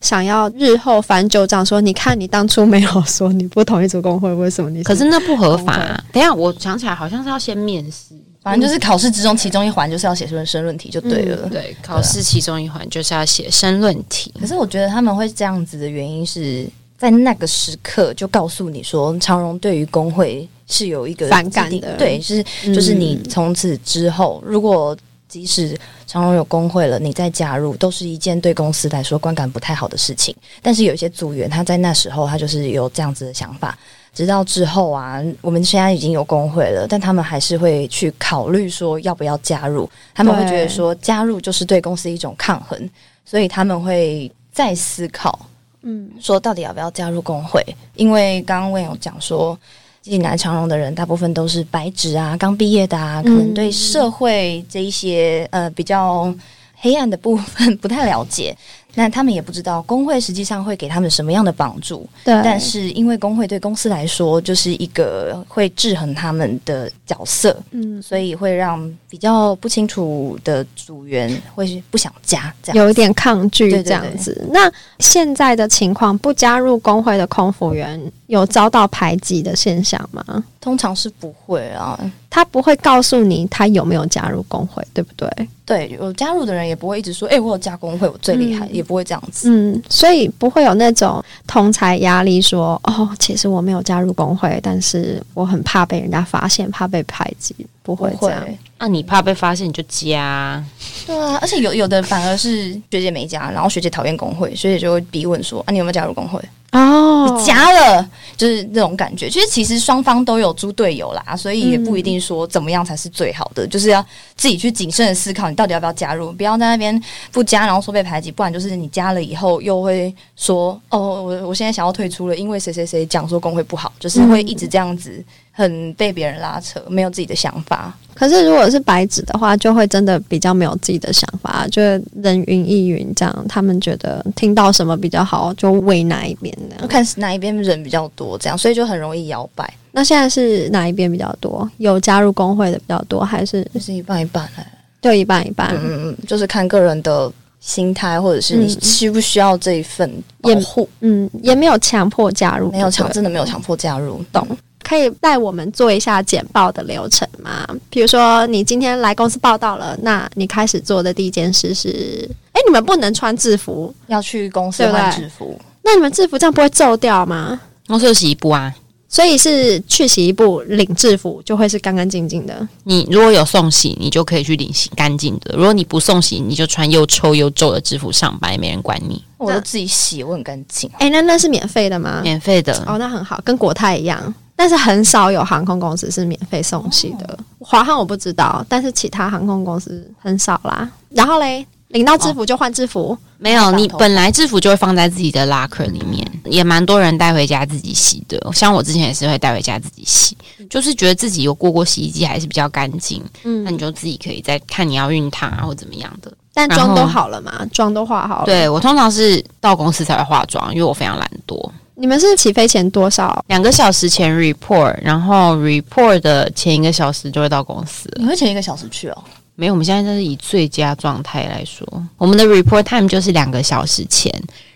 [SPEAKER 2] 想要日后翻旧账，说你看你当初没有说你不同一组工会，为什么你？
[SPEAKER 1] [laughs] 可是那不合法、
[SPEAKER 2] 工会
[SPEAKER 1] 等一下，我想起来，好像是要先面试，
[SPEAKER 4] 反正就是考试
[SPEAKER 2] 嗯
[SPEAKER 4] 之中其中一环就是要写出申论题就对了。
[SPEAKER 1] 对，啊考试其中一环就是要写申论题。
[SPEAKER 4] 可是我觉得他们会这样子的原因是在那个时刻就告诉你说，长荣对于工会是有一个
[SPEAKER 2] 反感
[SPEAKER 4] 既定
[SPEAKER 2] 的嗯
[SPEAKER 4] 对，是就是你从此之后，如果即使长荣有工会了，你再加入都是一件对公司来说观感不太好的事情。但是有一些组员他在那时候他就是有这样子的想法，直到之后啊，我们现在已经有工会了，但他们还是会去考虑说要不要加入，他们会觉得说加入就是对公司一种抗衡，所以他们会再思考
[SPEAKER 2] 嗯，
[SPEAKER 4] 说到底要不要加入工会，因为刚刚 w 有讲说。进来长荣的人，大部分都是白纸啊，刚毕业的啊，
[SPEAKER 2] 嗯
[SPEAKER 4] 可能对社会这一些呃比较黑暗的部分 [laughs] 不太了解，那他们也不知道工会实际上会给他们什么样的帮助。
[SPEAKER 2] 对，
[SPEAKER 4] 但是因为工会对公司来说就是一个会制衡他们的角色，
[SPEAKER 2] 嗯，
[SPEAKER 4] 所以会让比较不清楚的组员会不想加这样。
[SPEAKER 2] 有一点抗拒
[SPEAKER 4] 对对
[SPEAKER 2] 这样子。那现在的情况，不加入工会的空服员有遭到排挤的现象吗？
[SPEAKER 4] 通常是不会啊，
[SPEAKER 2] 他不会告诉你他有没有加入工会，对不对？
[SPEAKER 4] 对有加入的人也不会一直说，哎、我有加工会，我最厉害，
[SPEAKER 2] 嗯
[SPEAKER 4] 也不会这样子。
[SPEAKER 2] 嗯，所以不会有那种同才压力说，哦，其实我没有加入工会，但是我很怕被人家发现，怕被排挤，不
[SPEAKER 4] 不
[SPEAKER 2] 嗯会这样。
[SPEAKER 1] 那、你怕被发现，你就加啊。
[SPEAKER 4] 对啊，而且有有的反而是学姐没加，然后学姐讨厌工会，学姐就会逼问说：“啊，你有没有加入工会？”
[SPEAKER 2] 哦
[SPEAKER 4] 你加了，就是那种感觉。其实其实双方都有猪队友啦，所以也不一定说怎么样才是最好的，就是要自己去谨慎的思考，你到底要不要加入，不要在那边不加，然后说被排挤，不然就是你加了以后又会说哦，我我现在想要退出了，因为谁谁谁讲说工会不好，就是会一直这样子，很被别人拉扯，没有自己的想法。
[SPEAKER 2] 可是如果是白纸的话，就会真的比较没有自己的想法，就是人云亦云这样。他们觉得听到什么比较好，就为哪一边这
[SPEAKER 4] 我
[SPEAKER 2] 样。
[SPEAKER 4] 看是哪一边人比较多，这样，所以就很容易摇摆，
[SPEAKER 2] 那现在是哪一边比较多？有加入工会的比较多，还是
[SPEAKER 4] 就是一半一半、哎
[SPEAKER 2] 对一半一半？
[SPEAKER 4] 嗯嗯嗯，就是看个人的心态，或者是你
[SPEAKER 2] 嗯
[SPEAKER 4] 需不需要这一份保
[SPEAKER 2] 也
[SPEAKER 4] 护？
[SPEAKER 2] 嗯，也没有强迫加入，
[SPEAKER 4] 没有
[SPEAKER 2] 强
[SPEAKER 4] 强，真的没有强迫加入，
[SPEAKER 2] 懂。可以带我们做一下简报的流程吗？比如说，你今天来公司报道了，那你开始做的第一件事是，哎，你们不能穿制服，
[SPEAKER 4] 要去公司
[SPEAKER 2] 对不对
[SPEAKER 4] 换制服，
[SPEAKER 2] 那你们制服这样不会皱掉吗？
[SPEAKER 1] 公司有洗衣部啊。
[SPEAKER 2] 所以是去洗衣部领制服，就会是干干净净的。
[SPEAKER 1] 你如果有送洗，你就可以去领洗干净的；如果你不送洗，你就穿又臭又皱的制服上班，也没人管你，
[SPEAKER 4] 我都自己洗，我很干净。
[SPEAKER 2] 哎，那那是免费的吗？
[SPEAKER 1] 免费的。
[SPEAKER 2] 哦，那很好，跟国泰一样。但是很少有航空公司是免费送洗的，
[SPEAKER 1] 哦
[SPEAKER 2] 华航我不知道，但是其他航空公司很少啦。然后嘞，领到制服就换制服，
[SPEAKER 1] 没有，
[SPEAKER 4] 绑
[SPEAKER 1] 你
[SPEAKER 4] 头
[SPEAKER 1] 本来制服就会放在自己的 locker 里面，也蛮多人带回家自己洗的。像我之前也是会带回家自己洗，就是觉得自己有过过洗衣机还是比较干净，那
[SPEAKER 2] 嗯嗯，
[SPEAKER 1] 你就自己可以再看你要熨烫啊或怎么样的。
[SPEAKER 2] 但
[SPEAKER 1] 然
[SPEAKER 2] 妆
[SPEAKER 1] 后
[SPEAKER 2] 都好了嘛，妆都化好了。，
[SPEAKER 1] 对我通常是到公司才会化妆，因为我非常懒惰。
[SPEAKER 2] 你们是起飞前多少？
[SPEAKER 1] 两个小时前 report，然后 report 的前一个小时就会到公司了。
[SPEAKER 4] 你会前一个小时去哦？
[SPEAKER 1] 没有，我们现在就是以最佳状态来说，我们的 report time 就是两个小时前。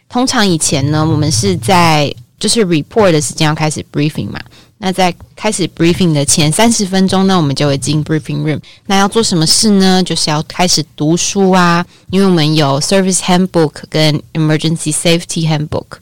[SPEAKER 1] 通常以前呢，我们是在就是 report 的时间要开始 briefing 嘛。那在开始 briefing 的前三十分钟呢，我们就会进 briefing room。那要做什么事呢？就是要开始读书啊，因为我们有 service handbook 跟 emergency safety handbook。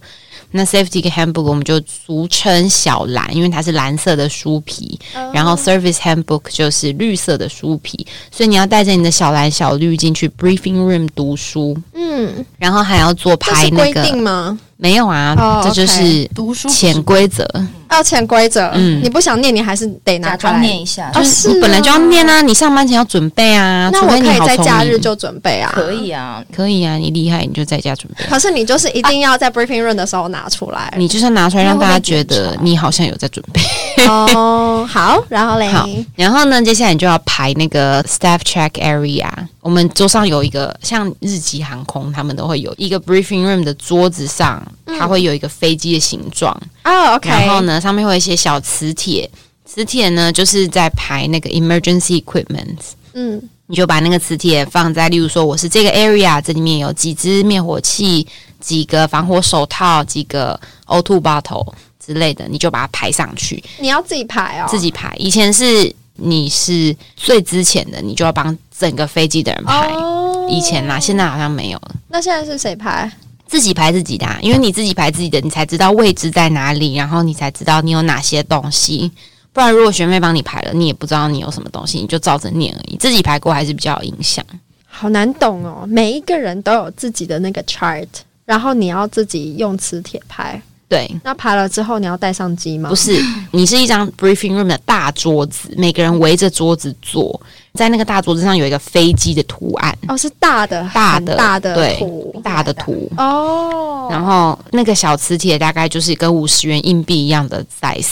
[SPEAKER 1] 那 safety 跟 handbook 我们就俗称小蓝，因为它是蓝色的书皮。
[SPEAKER 2] 哦
[SPEAKER 1] 然后 service handbook 就是绿色的书皮，所以你要带着你的小蓝小绿进去 briefing room 读书，
[SPEAKER 2] 嗯，
[SPEAKER 1] 然后还要做
[SPEAKER 2] 这
[SPEAKER 1] 拍
[SPEAKER 2] 是
[SPEAKER 1] 那
[SPEAKER 2] 规
[SPEAKER 1] 个
[SPEAKER 2] 定吗？
[SPEAKER 1] 没有啊，
[SPEAKER 2] 哦
[SPEAKER 1] 这就是
[SPEAKER 4] 读书
[SPEAKER 1] 潜规则。
[SPEAKER 2] 要潜规则，
[SPEAKER 1] 嗯
[SPEAKER 2] 你不想念，你还是得拿
[SPEAKER 4] 假
[SPEAKER 2] 出
[SPEAKER 4] 装
[SPEAKER 2] 来
[SPEAKER 4] 念。一下，
[SPEAKER 2] 哦
[SPEAKER 1] 就是是你本来就要
[SPEAKER 2] 啊
[SPEAKER 1] 念啊，你上班前要准备啊。
[SPEAKER 2] 那
[SPEAKER 1] 除
[SPEAKER 2] 我
[SPEAKER 1] 非你
[SPEAKER 2] 可以
[SPEAKER 1] 好
[SPEAKER 2] 在
[SPEAKER 1] 聪
[SPEAKER 2] 假日
[SPEAKER 1] 明
[SPEAKER 2] 就准备啊，
[SPEAKER 4] 可。以啊。
[SPEAKER 1] 可以啊，你厉害你就在家准备。啊
[SPEAKER 2] 可是你就是一定要在 briefing room 的时候拿出来。
[SPEAKER 1] 你就算拿出来
[SPEAKER 4] 那
[SPEAKER 1] 让
[SPEAKER 4] 会不
[SPEAKER 1] 大
[SPEAKER 4] 会
[SPEAKER 1] 家觉
[SPEAKER 4] 检
[SPEAKER 1] 得
[SPEAKER 4] 查
[SPEAKER 1] 你好像有在准备，
[SPEAKER 2] 哦，好，然后嘞，
[SPEAKER 1] 好然后呢，接下来你就要排那个 staff check area。我们桌上有一个像日籍航空，他们都会有一个 briefing room 的桌子上，它会有一个飞机的形状，
[SPEAKER 2] 哦，OK，
[SPEAKER 1] 然后呢，上面会有一些小磁铁，磁铁呢就是在排那个 emergency equipment。
[SPEAKER 2] 嗯，
[SPEAKER 1] 你就把那个磁铁放在，例如说我是这个 area，这里面有几支灭火器、几个防火手套、几个呕吐 bottle 之类的，你就把它排上去，
[SPEAKER 2] 你要自己排哦，
[SPEAKER 1] 自己排。以前是你是最之前的，你就要帮整个飞机的人排。
[SPEAKER 2] 哦。
[SPEAKER 1] 以前啦，现在好像没有了，
[SPEAKER 2] 那现在是谁排？
[SPEAKER 1] 自己排自己的啊、因为你自己排自己的，你才知道位置在哪里，然后你才知道你有哪些东西。不然，如果学妹帮你排了，你也不知道你有什么东西，你就照着念而已。自己排过还是比较有影响。
[SPEAKER 2] 好难懂哦，每一个人都有自己的那个 chart，然后你要自己用磁铁排。
[SPEAKER 1] 对，
[SPEAKER 2] 那排了之后，你要带上机吗？
[SPEAKER 1] 不
[SPEAKER 2] [laughs]
[SPEAKER 1] 是，你是一张 briefing room 的大桌子，每个人围着桌子坐，在那个大桌子上有一个飞机的图案，
[SPEAKER 2] 哦，是大的，
[SPEAKER 1] 大
[SPEAKER 2] 很
[SPEAKER 1] 的
[SPEAKER 2] 大的
[SPEAKER 1] 对
[SPEAKER 2] 图
[SPEAKER 1] 大的图。
[SPEAKER 2] 哦。
[SPEAKER 1] 然后那个小磁铁大概就是跟五十元硬币一样的 size，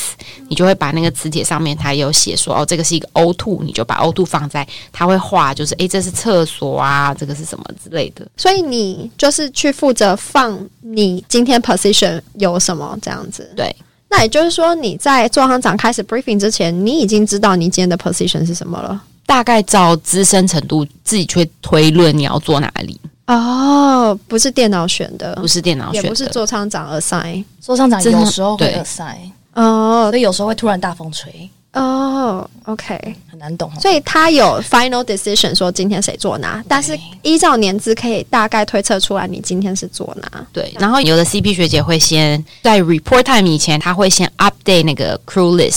[SPEAKER 1] 你就会把那个磁铁上面它有写说哦，这个是一个 O two，你就把 O two 放在，它会画就是诶，这是厕所啊，这个是什么之类的。
[SPEAKER 2] 所以你就是去负责放你今天 position 有什么这样子。
[SPEAKER 1] 对，
[SPEAKER 2] 那也就是说，你在做行长开始 briefing 之前，你已经知道你今天的 position 是什么了。
[SPEAKER 1] 大概照资深程度自己去推论你要做哪里，
[SPEAKER 2] 哦，不是电脑选的，
[SPEAKER 1] 不是电脑
[SPEAKER 2] 也
[SPEAKER 1] 选的，
[SPEAKER 2] 不是座舱长 assign。
[SPEAKER 4] 说上长
[SPEAKER 1] 真的
[SPEAKER 4] 有时候会
[SPEAKER 1] 对
[SPEAKER 4] 耳塞，
[SPEAKER 2] 哦
[SPEAKER 4] 所以有时候会突然大风吹，
[SPEAKER 2] 哦，OK，
[SPEAKER 4] 很难懂哦。
[SPEAKER 2] 所以他有 final decision 说今天谁做哪，但是依照年资可以大概推测出来你今天是做哪。
[SPEAKER 1] 对，然后有的 CP 学姐会先在 report time 以前，她会先 update 那个 crew list，、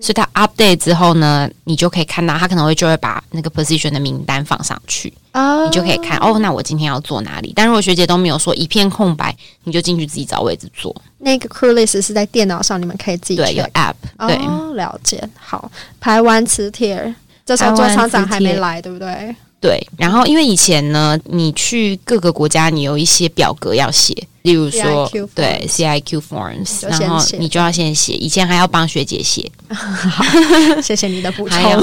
[SPEAKER 1] 所以
[SPEAKER 2] 嗯
[SPEAKER 1] 她 update 之后呢，你就可以看到，她可能会就会把那个 position 的名单放上去，
[SPEAKER 2] 哦
[SPEAKER 1] 你就可以看哦，那我今天要做哪里？但如果学姐都没有说一片空白，你就进去自己找位置坐。
[SPEAKER 2] 那个 crew list 是在电脑上，你们可以自己
[SPEAKER 1] 对，有
[SPEAKER 2] check
[SPEAKER 1] app，、对，
[SPEAKER 2] 哦，了解。好，排完磁铁，这时候做厂长还没来，对
[SPEAKER 1] [laughs]
[SPEAKER 2] 不对？
[SPEAKER 1] 对，然后因为以前呢，你去各个国家，你有一些表格要写，例如说
[SPEAKER 2] CIQ forms
[SPEAKER 1] 对 CIQ forms，
[SPEAKER 2] 你就先
[SPEAKER 1] 然后
[SPEAKER 2] 写
[SPEAKER 1] 你就要先写，以前还要帮学姐写，
[SPEAKER 2] 谢谢你的补
[SPEAKER 1] [laughs]
[SPEAKER 2] 充 [laughs]
[SPEAKER 1] 还。有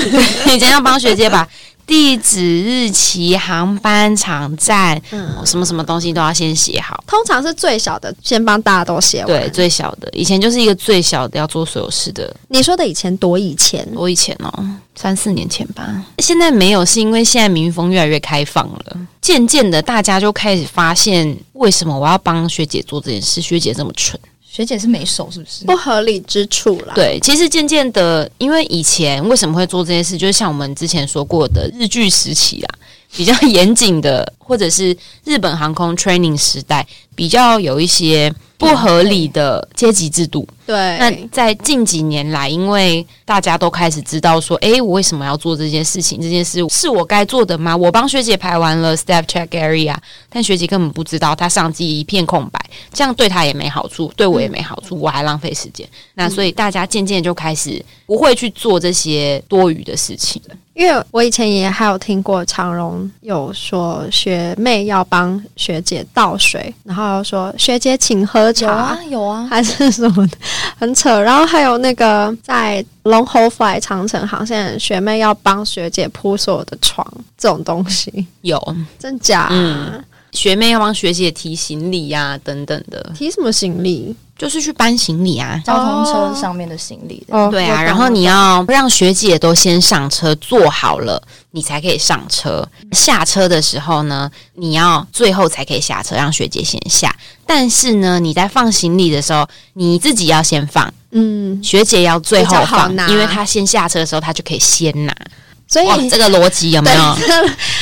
[SPEAKER 1] 以前要帮学姐把地址、日期、航班、场站，哦
[SPEAKER 2] 嗯，
[SPEAKER 1] 什么什么东西都要先写好。
[SPEAKER 2] 通常是最小的先帮大家都写完。
[SPEAKER 1] 对，，最小的，以前就是一个最小的要做所有事的。
[SPEAKER 2] 你说的以前多以前，
[SPEAKER 1] 我以前哦，三四年前吧，现在没有，是因为现在民风越来越开放了，渐渐的大家就开始发现，为什么我要帮学姐做这件事？学姐这么蠢。
[SPEAKER 4] 学姐是没手是不是？
[SPEAKER 2] 不合理之处啦。，
[SPEAKER 1] 对，其实渐渐的，因为以前为什么会做这些事，就是像我们之前说过的日剧时期啦，比较严谨的，或者是日本航空 training 时代，比较有一些不合理的阶级制度。那
[SPEAKER 2] 对，
[SPEAKER 1] 在近几年来，因为大家都开始知道说，诶，我为什么要做这件事情？这件事是我该做的吗？我帮学姐排完了 step check area，但学姐根本不知道，她上机一片空白，这样对她也没好处，对我也没好处，我还浪费时间。那所以大家渐渐就开始不会去做这些多余的事情。
[SPEAKER 2] 因为我以前也还有听过长荣有说学妹要帮学姐倒水，然后说学姐请喝
[SPEAKER 4] 有
[SPEAKER 2] 茶。
[SPEAKER 4] 啊有啊，
[SPEAKER 2] 还是什么的，很扯。然后还有那个在龙猴 fly 长城航线，学妹要帮学姐铺所有的床，这种东西
[SPEAKER 1] 有
[SPEAKER 2] 真假、啊？
[SPEAKER 1] 嗯学妹要帮学姐提行李呀、等等的，
[SPEAKER 2] 提什么行李？
[SPEAKER 1] 就是去搬行李啊。
[SPEAKER 4] 交通车上面的行李的。
[SPEAKER 2] 哦
[SPEAKER 1] 对
[SPEAKER 2] 我
[SPEAKER 1] 啊，
[SPEAKER 2] 懂
[SPEAKER 1] 然后你要让学姐都先上车坐好了，你才可以上车。
[SPEAKER 2] 嗯
[SPEAKER 1] 下车的时候呢，你要最后才可以下车，让学姐先下。但是呢，你在放行李的时候，你自己要先放，
[SPEAKER 2] 嗯，
[SPEAKER 1] 学姐要最后
[SPEAKER 2] 比较好
[SPEAKER 1] 放
[SPEAKER 2] 拿，哎
[SPEAKER 1] 因为她先下车的时候，她就可以先拿。
[SPEAKER 2] 所以
[SPEAKER 1] 哇，这个逻辑有没
[SPEAKER 2] [laughs]
[SPEAKER 1] 有？
[SPEAKER 2] 对，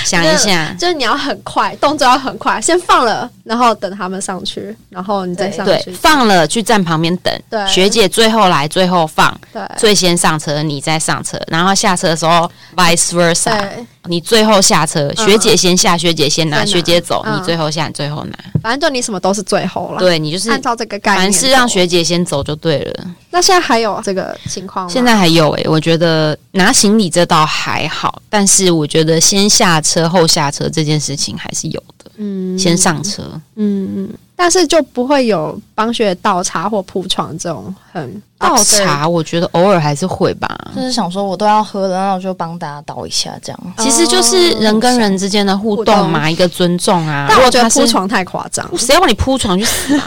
[SPEAKER 1] 想一下，
[SPEAKER 2] 就是你要很快，动作要很快，先放了，然后等他们上去，然后你再上
[SPEAKER 1] 对
[SPEAKER 2] 去，。
[SPEAKER 1] 放了去站旁边等
[SPEAKER 2] 对，
[SPEAKER 1] 学姐最后来，最后放，
[SPEAKER 2] 对
[SPEAKER 1] 最先上车，你再上车，然后下车的时候 vice versa。
[SPEAKER 2] 对，
[SPEAKER 1] 你最后下车，
[SPEAKER 2] 嗯
[SPEAKER 1] 学姐先下，学姐先拿，
[SPEAKER 2] 再拿
[SPEAKER 1] 学姐走，
[SPEAKER 2] 嗯
[SPEAKER 1] 你最后下，你最后拿。
[SPEAKER 2] 反正就你什么都是最后了。，
[SPEAKER 1] 对你就是
[SPEAKER 2] 按照这个概念走，
[SPEAKER 1] 凡事让学姐先走就对了。
[SPEAKER 2] 那现在还有这个情况吗？
[SPEAKER 1] 现在还有诶、我觉得拿行李这倒还好，但是我觉得先下车后下车这件事情还是有的。
[SPEAKER 2] 嗯
[SPEAKER 1] 先上车，
[SPEAKER 2] 嗯，嗯，但是就不会有帮学倒茶或铺床这种很哦
[SPEAKER 1] 倒
[SPEAKER 4] 对
[SPEAKER 1] 茶我觉得偶尔还是会吧。
[SPEAKER 4] 就是想说，我都要喝了，那我就帮大家倒一下，这样。
[SPEAKER 1] 其实就是人跟人之间的哦互动嘛，一个尊重啊。
[SPEAKER 2] 但
[SPEAKER 1] 如果
[SPEAKER 2] 我觉
[SPEAKER 1] 他
[SPEAKER 2] 得
[SPEAKER 1] 是
[SPEAKER 2] 铺，床太夸张，
[SPEAKER 1] 谁要帮你铺床去死？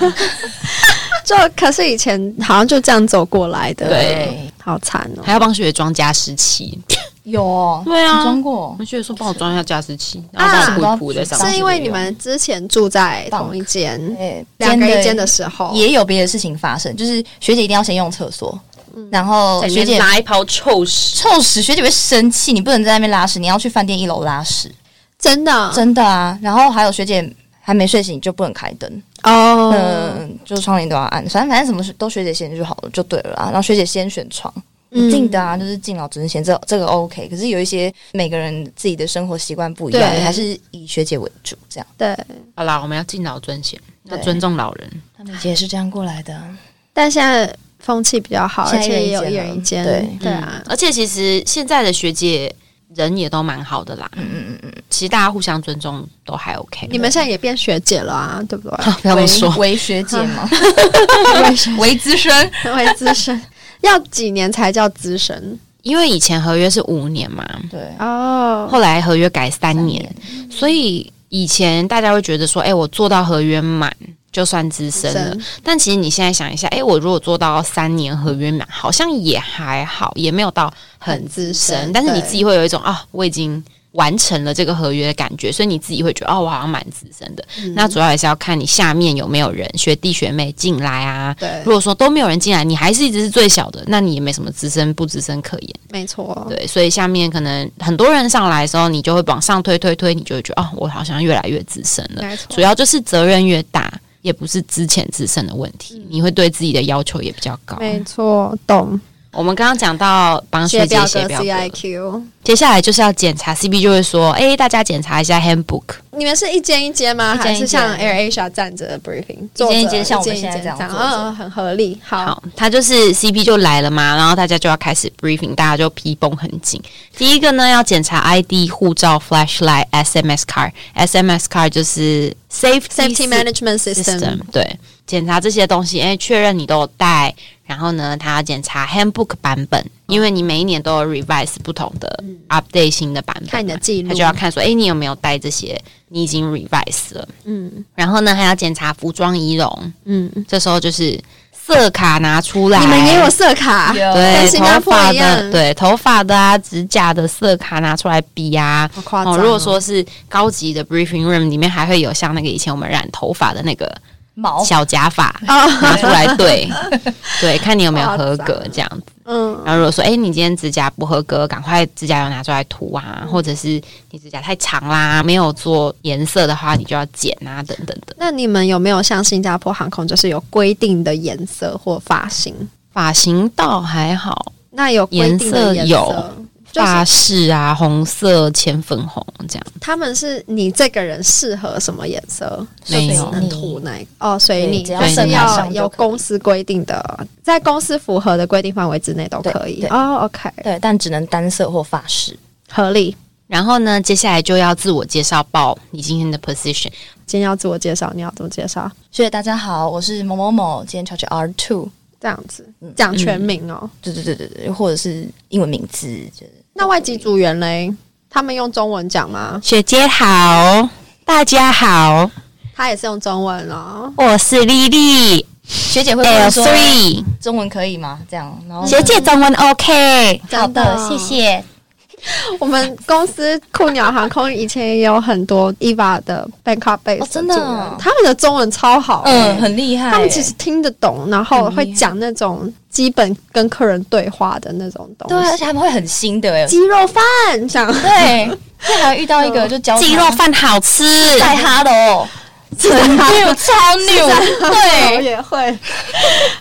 [SPEAKER 2] 就可是以前好像就这样走过来的，
[SPEAKER 1] 对，
[SPEAKER 2] 好惨哦
[SPEAKER 1] 还。要帮学姐装加湿器？
[SPEAKER 4] 有哦，
[SPEAKER 1] 对啊
[SPEAKER 4] 你装过
[SPEAKER 1] 我。们学姐说帮我装一下加湿器，然
[SPEAKER 2] 啊
[SPEAKER 1] 后帮我铺一铺再上
[SPEAKER 4] 是
[SPEAKER 1] 去。
[SPEAKER 2] 是因为你们之前住在同一间，
[SPEAKER 1] 嗯
[SPEAKER 4] 哎，
[SPEAKER 2] 两个
[SPEAKER 4] 间
[SPEAKER 2] 一间的时候，
[SPEAKER 4] 也有别的事情发生，就是学姐一定要先用厕所，
[SPEAKER 2] 嗯
[SPEAKER 4] 然
[SPEAKER 1] 哦
[SPEAKER 4] 后学姐
[SPEAKER 1] 拿一泡臭屎，
[SPEAKER 4] 臭屎，学姐会生气，你不能在那边拉屎，你要去饭店一楼拉屎，
[SPEAKER 2] 真的
[SPEAKER 4] 真的啊。然后还有学姐还没睡醒就不能开灯，
[SPEAKER 2] 哦，
[SPEAKER 4] 嗯，就窗帘都要按，反正反正什么事都学姐先就好了，就对了啦。啊然后学姐先选床，
[SPEAKER 2] 嗯
[SPEAKER 4] 一定的啊，就是敬老尊贤，这这个 OK。可是有一些每个人自己的生活习惯不一样，
[SPEAKER 2] 对
[SPEAKER 4] 你还是以学姐为主，这样。
[SPEAKER 2] 对。
[SPEAKER 1] 好啦，我们要敬老尊贤，要
[SPEAKER 4] 对
[SPEAKER 1] 尊重老人。
[SPEAKER 4] 他们姐是这样过来的，
[SPEAKER 2] 但现在风气比较好，而
[SPEAKER 4] 现在一
[SPEAKER 2] 且也
[SPEAKER 4] 人一
[SPEAKER 2] 有
[SPEAKER 4] 间
[SPEAKER 2] 一
[SPEAKER 4] 了
[SPEAKER 2] 人一间，
[SPEAKER 4] 对
[SPEAKER 2] 对啊
[SPEAKER 1] 嗯，而且其实现在的学姐人也都蛮好的啦，
[SPEAKER 4] 嗯嗯嗯嗯，
[SPEAKER 1] 其实大家互相尊重都还 OK。
[SPEAKER 2] 你们现在也变学姐了啊，对不对？
[SPEAKER 1] [laughs] 不要这么说，
[SPEAKER 4] 为学姐嘛，为资深，
[SPEAKER 2] [laughs] 为资深，要几年才叫资深？
[SPEAKER 1] 因为以前合约是五年嘛，
[SPEAKER 4] 对，
[SPEAKER 2] 哦，
[SPEAKER 1] 后来合约改嗯三年
[SPEAKER 4] 年，
[SPEAKER 1] 所以以前大家会觉得说，哎、我做到合约满就算资深了。但其实你现在想一下，哎、我如果做到三年合约满，好像也还好，也没有到很资
[SPEAKER 2] 很资
[SPEAKER 1] 深
[SPEAKER 2] 深，
[SPEAKER 1] 但是你
[SPEAKER 2] 对
[SPEAKER 1] 自己会有一种啊，我已经。完成了这个合约的感觉，所以你自己会觉得哦，我好像蛮资深的。
[SPEAKER 2] 嗯
[SPEAKER 1] 那主要也是要看你下面有没有人学弟学妹进来啊。
[SPEAKER 2] 对
[SPEAKER 1] 如，果说都没有人进来，你还是一直是最小的，那你也没什么资深不资深可言。
[SPEAKER 2] 没错，
[SPEAKER 1] 对，所以下面可能很多人上来的时候，你就会往上推推推，你就会觉得哦，我好像越来越资深了。
[SPEAKER 2] 没
[SPEAKER 1] 主
[SPEAKER 2] 错。
[SPEAKER 1] 要就是责任越大，也不是之前自身的问
[SPEAKER 2] 嗯
[SPEAKER 1] 题，你会对自己的要求也比较高。
[SPEAKER 2] 没错，懂。
[SPEAKER 1] 我们刚刚讲到帮学姐
[SPEAKER 2] 表
[SPEAKER 1] 写
[SPEAKER 2] 格
[SPEAKER 1] 表
[SPEAKER 2] C I
[SPEAKER 1] 格，
[SPEAKER 2] Q，
[SPEAKER 1] 接下来就是要检查 CB 就会说，哎、大家检查一下 handbook，
[SPEAKER 2] 你们是一间一间吗？
[SPEAKER 4] 一间
[SPEAKER 2] 还是像
[SPEAKER 4] 一
[SPEAKER 2] Air Asia 站着的 briefing，
[SPEAKER 4] 一间一间
[SPEAKER 2] 坐着
[SPEAKER 4] 像我们
[SPEAKER 2] 一间一间
[SPEAKER 4] 现在这样坐着
[SPEAKER 2] 嗯，很合理。好，
[SPEAKER 1] 好，他就是 CP 就来了嘛，然后大家就要开始 briefing，大家就皮绷很紧。第一个呢，要检查 ID、护照、flashlight、SMS card。SMS card 就是 safety
[SPEAKER 2] Safety Management System，
[SPEAKER 1] system，对。检查这些东西，哎，确认你都有带，然后呢，他要检查 handbook 版本，
[SPEAKER 2] 哦
[SPEAKER 1] 因为你每一年都有 revise 不同的 update 新的版本嘛，
[SPEAKER 2] 嗯看你的记录
[SPEAKER 1] 他就要看说，哎，你有没有带这些，你已经 revise 了。
[SPEAKER 2] 嗯
[SPEAKER 1] 然后呢，还要检查服装仪容，
[SPEAKER 2] 嗯，嗯
[SPEAKER 1] 这时候就是色卡拿出来，
[SPEAKER 2] 你们也有色卡，跟
[SPEAKER 1] 对
[SPEAKER 2] 新
[SPEAKER 1] 头
[SPEAKER 2] 加坡
[SPEAKER 1] 发
[SPEAKER 2] 一样
[SPEAKER 1] 的对头发的啊、指甲的色卡拿出来比啊。
[SPEAKER 2] 好夸张、
[SPEAKER 1] 哦，如果说是高级的 briefing room 里面，还会有像那个以前我们染头发的那个
[SPEAKER 4] 毛
[SPEAKER 1] 小假发、拿出来 [laughs] 对对，看你有没有合格这样子。
[SPEAKER 2] 嗯，
[SPEAKER 1] 然后如果说，哎、你今天指甲不合格，赶快指甲油拿出来涂啊，或者是你指甲太长啦，没有做颜色的话，你就要剪啊，等等的。
[SPEAKER 2] 那你们有没有像新加坡航空就是有规定的颜色或发型？
[SPEAKER 1] 发型倒还好，
[SPEAKER 2] 那有规定的颜
[SPEAKER 1] 颜色有
[SPEAKER 2] 就是
[SPEAKER 1] 发饰啊，红色、浅粉红这样。
[SPEAKER 2] 他们是你这个人适合什么颜色，
[SPEAKER 1] 没有
[SPEAKER 2] 就只能涂哪一个哦，所以
[SPEAKER 4] 对
[SPEAKER 2] 你
[SPEAKER 4] 只要
[SPEAKER 2] 就是
[SPEAKER 1] 身材
[SPEAKER 2] 要
[SPEAKER 4] 上就
[SPEAKER 2] 有
[SPEAKER 4] 可以
[SPEAKER 2] 公司规定的，在公司符合的规定范围之内都
[SPEAKER 4] 对
[SPEAKER 2] 可以
[SPEAKER 4] 对
[SPEAKER 2] 哦。OK，
[SPEAKER 4] 对，但只能单色或发饰。
[SPEAKER 2] 合理。
[SPEAKER 1] 然后呢，接下来就要自我介绍报你今天的 position。
[SPEAKER 2] 今天要自我介绍，你要怎么介绍？
[SPEAKER 4] 所以大家好，我是某某某，今天乔乔 R two。
[SPEAKER 2] 这样子讲全名哦。
[SPEAKER 4] 对对对对对，或者是英文名字，就是
[SPEAKER 2] 那外籍组员嘞，他们用中文讲吗？
[SPEAKER 1] 学姐好，大家好，
[SPEAKER 2] 他也是用中文哦。
[SPEAKER 1] 我是丽丽
[SPEAKER 4] 学姐会不会
[SPEAKER 1] ，L
[SPEAKER 4] 说
[SPEAKER 1] three，
[SPEAKER 4] 中文可以吗？这样，然后
[SPEAKER 1] 啊学姐中文 OK。
[SPEAKER 2] 真哦。
[SPEAKER 4] 谢。
[SPEAKER 2] 我们公司酷鸟航空以前也有很多 EVA 的 Bangkok base
[SPEAKER 4] 哦真的
[SPEAKER 2] 组员
[SPEAKER 4] 哦
[SPEAKER 2] 他们的中文超好、
[SPEAKER 4] 嗯，很厉害欸。
[SPEAKER 2] 他们其实听得懂，然后会讲那种基本跟客人对话的那种东
[SPEAKER 4] 对，而
[SPEAKER 2] 西。
[SPEAKER 4] 且他们会很新的哎。
[SPEAKER 2] 鸡肉饭这样，
[SPEAKER 4] 对，这还遇到一个就教他
[SPEAKER 1] 鸡肉饭好吃，
[SPEAKER 4] 带哈的哦，
[SPEAKER 2] 真 [laughs] 的
[SPEAKER 4] 对，超牛，
[SPEAKER 2] 我
[SPEAKER 4] 对，
[SPEAKER 2] 也会， [laughs]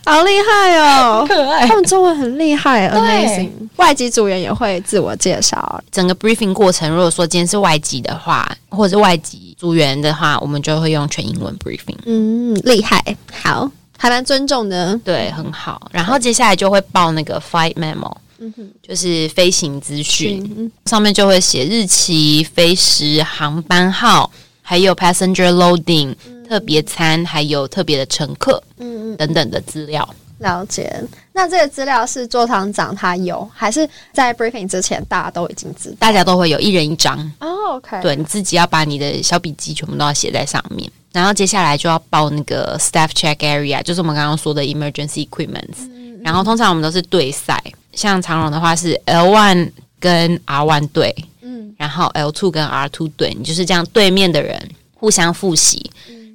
[SPEAKER 2] 好厉害哦！
[SPEAKER 4] 可
[SPEAKER 2] [laughs]
[SPEAKER 4] 爱
[SPEAKER 2] 他。们中文很厉害
[SPEAKER 4] 对
[SPEAKER 2] ，amazing。外籍组员也会自我介绍，
[SPEAKER 1] 整个 briefing 过程，如果说今天是外籍的话，或者是外籍组员的话，我们就会用全英文 briefing。
[SPEAKER 2] 嗯，厉害，好，还蛮尊重的。
[SPEAKER 1] 对，很好。然后接下来就会报那个 flight memo，
[SPEAKER 2] 嗯哼，
[SPEAKER 1] 就是飞行资讯，
[SPEAKER 2] 嗯
[SPEAKER 1] 上面就会写日期、飞时、航班号，还有 passenger loading、特别餐，还有特别的乘客
[SPEAKER 2] 嗯嗯，
[SPEAKER 1] 等等的资料。
[SPEAKER 2] 了解。那这个资料是座堂长他有，还是在 briefing 之前大家都已经知道？
[SPEAKER 1] 大家都会有一人一张，
[SPEAKER 2] 哦，OK，
[SPEAKER 1] 对，你自己要把你的小笔记全部都要写在上面。然后接下来就要报那个 staff check area，就是我们刚刚说的 emergency equipments、然后通常我们都是对赛，像长荣的话是 L one 跟 R one 对，
[SPEAKER 2] 嗯
[SPEAKER 1] 然后 L two 跟 R two 对，你就是这样对面的人互相复习，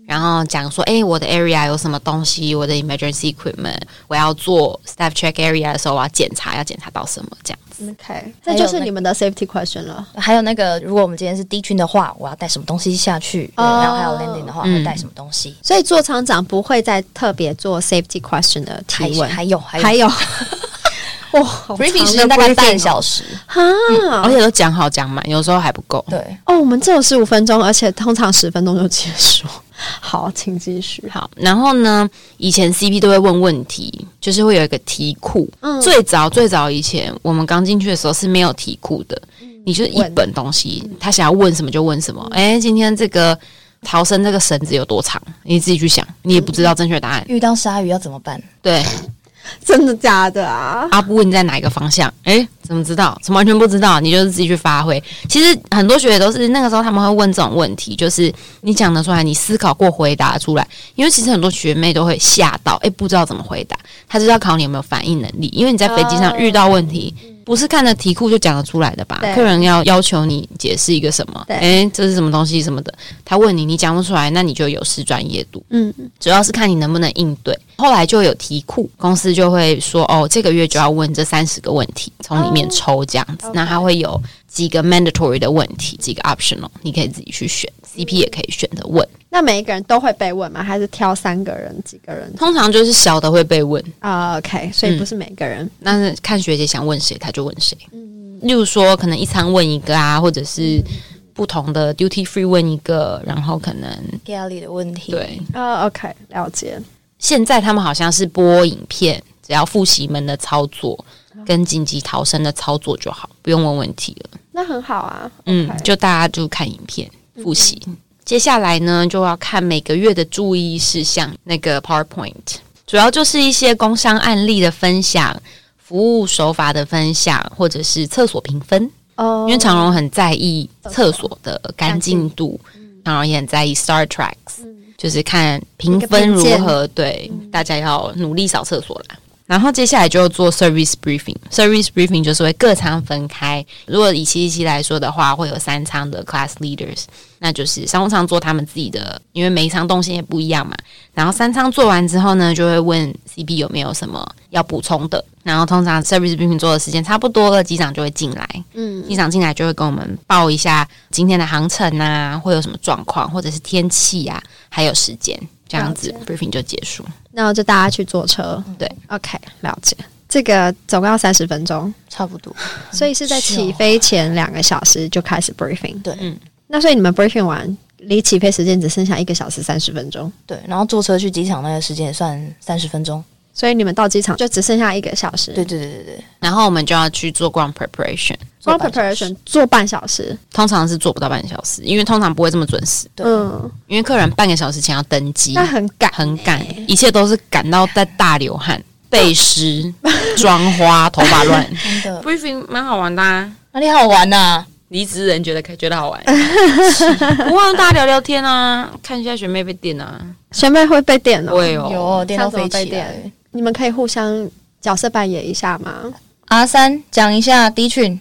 [SPEAKER 1] 然后讲说，诶，我的 area 有什么东西，我的 emergency equipment，我要做 staff check area 的时候，我要检查要检查到什么这样子。
[SPEAKER 2] ，OK，这就是你们的 safety question 了。
[SPEAKER 4] 还有那个，如果我们今天是低军的话，我要带什么东西下去？对
[SPEAKER 2] 哦
[SPEAKER 4] 然后还有 landing 的话，
[SPEAKER 1] 嗯
[SPEAKER 4] 会带什么东西？
[SPEAKER 2] 所以座舱长不会再特别做 safety question 的
[SPEAKER 4] 还
[SPEAKER 2] 提问，
[SPEAKER 4] 还有还有
[SPEAKER 2] 还有，哇，好
[SPEAKER 4] briefing
[SPEAKER 2] 长
[SPEAKER 4] 时
[SPEAKER 2] 的
[SPEAKER 4] 间大概
[SPEAKER 2] briefing 嗯
[SPEAKER 4] 半小时，
[SPEAKER 1] 而
[SPEAKER 2] 哈。
[SPEAKER 1] 且都讲好讲满，有时候还不够。
[SPEAKER 4] 对，
[SPEAKER 2] 哦，我们只有十五分钟，而且通常十分钟就结束。 [laughs] 好，请继续。
[SPEAKER 1] 好，然后呢，以前 CP 都会问问题，就是会有一个题库。
[SPEAKER 2] 嗯
[SPEAKER 1] 最早最早以前，我们刚进去的时候是没有题库的，你就是一本东西，他想要问什么就问什么。哎、今天这个逃生这个绳子有多长，你自己去想，你也不知道正确答案。
[SPEAKER 4] 遇到鲨鱼要怎么办？
[SPEAKER 1] 对，
[SPEAKER 2] [laughs] 真的假的啊？
[SPEAKER 1] 阿布问你在哪一个方向，哎，怎么知道？怎么完全不知道？你就是自己去发挥。其实很多学姐都是那个时候他们会问这种问题，就是你讲得出来，你思考过回答出来。因为其实很多学妹都会吓到，哎，不知道怎么回答。他就是要考你有没有反应能力，因为你在飞机上
[SPEAKER 2] 哦
[SPEAKER 1] 遇到问题，不是看着题库就讲得出来的吧
[SPEAKER 2] 对？
[SPEAKER 1] 客人要要求你解释一个什么，
[SPEAKER 2] 对
[SPEAKER 1] 哎，这是什么东西什么的，他问你，你讲不出来，那你就有失专业度。
[SPEAKER 2] 嗯，
[SPEAKER 1] 主要是看你能不能应对。后来就有题库，公司就会说哦，这个月就要问这三十个问题，从里面抽这样子。那它会有几个 mandatory 的问题，几个 optional，你可以自己去选。CP 也可以选择问，
[SPEAKER 2] 那每一个人都会被问吗？还是挑三个人、几个人？
[SPEAKER 1] 通常就是小的会被问，
[SPEAKER 2] 啊、o k 所以不是每个人。
[SPEAKER 1] 但是看学姐想问谁，她就问谁。例如说，可能一餐问一个啊，或者是不同的 duty free 问一个，然后可能
[SPEAKER 4] galley 的问题，
[SPEAKER 1] 对。
[SPEAKER 2] 啊、o k 了解。
[SPEAKER 1] 现在他们好像是播影片，只要复习门的操作跟紧急逃生的操作就好，不用问问题了。
[SPEAKER 2] 那很好啊。
[SPEAKER 1] 嗯
[SPEAKER 2] OK，
[SPEAKER 1] 就大家就看影片复习。接下来呢，就要看每个月的注意事项那个 PowerPoint，主要就是一些工商案例的分享、服务手法的分享，或者是厕所评分。
[SPEAKER 2] 哦
[SPEAKER 1] 因为长荣很在意厕所的干净度，
[SPEAKER 2] 嗯
[SPEAKER 1] 长荣也很在意 Star Tracks，、就是看评分如
[SPEAKER 2] 那个评嗯
[SPEAKER 1] 何。对，大家要努力扫厕所啦。然后接下来就要做 service briefing，service briefing 就是会各仓分开。如果以七七七来说的话，会有三仓的 class leaders，那就是商务舱做他们自己的，因为每一仓动线也不一样嘛。然后三仓做完之后呢，就会问 CB 有没有什么要补充的。然后通常 service briefing 做的时间差不多了，机长就会进来，
[SPEAKER 2] 嗯
[SPEAKER 1] 机长进来就会跟我们报一下今天的航程啊，会有什么状况，或者是天气啊，还有时间，这样子 briefing 就结束。
[SPEAKER 2] 那就大家去坐车。
[SPEAKER 1] 对
[SPEAKER 2] ，OK，了解。这个总共要三十分钟，
[SPEAKER 4] 差不多。
[SPEAKER 2] 所以是在起飞前两个小时就开始 briefing。
[SPEAKER 4] 对
[SPEAKER 1] 嗯
[SPEAKER 2] 那所以你们 briefing 完，离起飞时间只剩下一个小时三十分钟，
[SPEAKER 4] 对，然后坐车去机场那个时间也算三十分钟。
[SPEAKER 2] 所以你们到机场就只剩下一个小时。
[SPEAKER 4] 对对对对对，
[SPEAKER 1] 然后我们就要去做 ground preparation，
[SPEAKER 2] 光
[SPEAKER 4] 做半小时
[SPEAKER 2] preparation 做半小时。
[SPEAKER 1] 通常是做不到半小时，因为通常不会这么准时，
[SPEAKER 4] 对
[SPEAKER 2] 嗯，
[SPEAKER 1] 因为客人半个小时前要登机
[SPEAKER 2] 那，很赶，
[SPEAKER 1] 很赶，一切都是赶到在大流汗、背
[SPEAKER 4] [laughs]
[SPEAKER 1] 湿、妆花、头发乱。
[SPEAKER 4] 真的
[SPEAKER 1] briefing 蛮好玩的、啊。
[SPEAKER 4] 哪里好玩呐、
[SPEAKER 1] 离职人觉得开觉得好
[SPEAKER 4] [laughs]
[SPEAKER 1] 玩，不忘大家聊聊天啊，看一下学妹被电啊，
[SPEAKER 2] 学妹会被电哦。
[SPEAKER 1] 会哦，
[SPEAKER 4] 有电到
[SPEAKER 2] 上次我
[SPEAKER 4] 飞
[SPEAKER 2] 被
[SPEAKER 4] 起来
[SPEAKER 2] 电。你们可以互相角色扮演一下吗？
[SPEAKER 4] 阿三讲一下 D 群，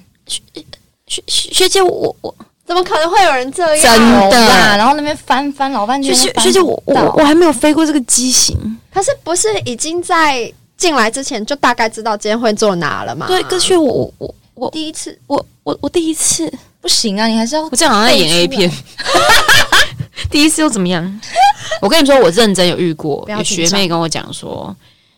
[SPEAKER 1] 学学学姐，我我
[SPEAKER 2] 怎么可能会有人这样？
[SPEAKER 1] 真的
[SPEAKER 4] 有啦然后那边翻翻老半天
[SPEAKER 1] 学学
[SPEAKER 4] 都翻不到，
[SPEAKER 1] 学姐，我我我还没有飞过这个机型。
[SPEAKER 2] 可是不是已经在进来之前就大概知道今天会坐哪了吗？
[SPEAKER 4] 啊
[SPEAKER 1] 对，跟学我我我我
[SPEAKER 4] 第一次
[SPEAKER 1] 我我我第一次，
[SPEAKER 4] 不行啊，你还是要
[SPEAKER 1] 我这样好像在演 A 片， [laughs] 第一次又怎么
[SPEAKER 4] [laughs]
[SPEAKER 1] 样？我跟你说，我认真有遇过，
[SPEAKER 4] 要
[SPEAKER 1] 有
[SPEAKER 4] 紧
[SPEAKER 1] 学
[SPEAKER 4] 张
[SPEAKER 1] 妹跟我讲说。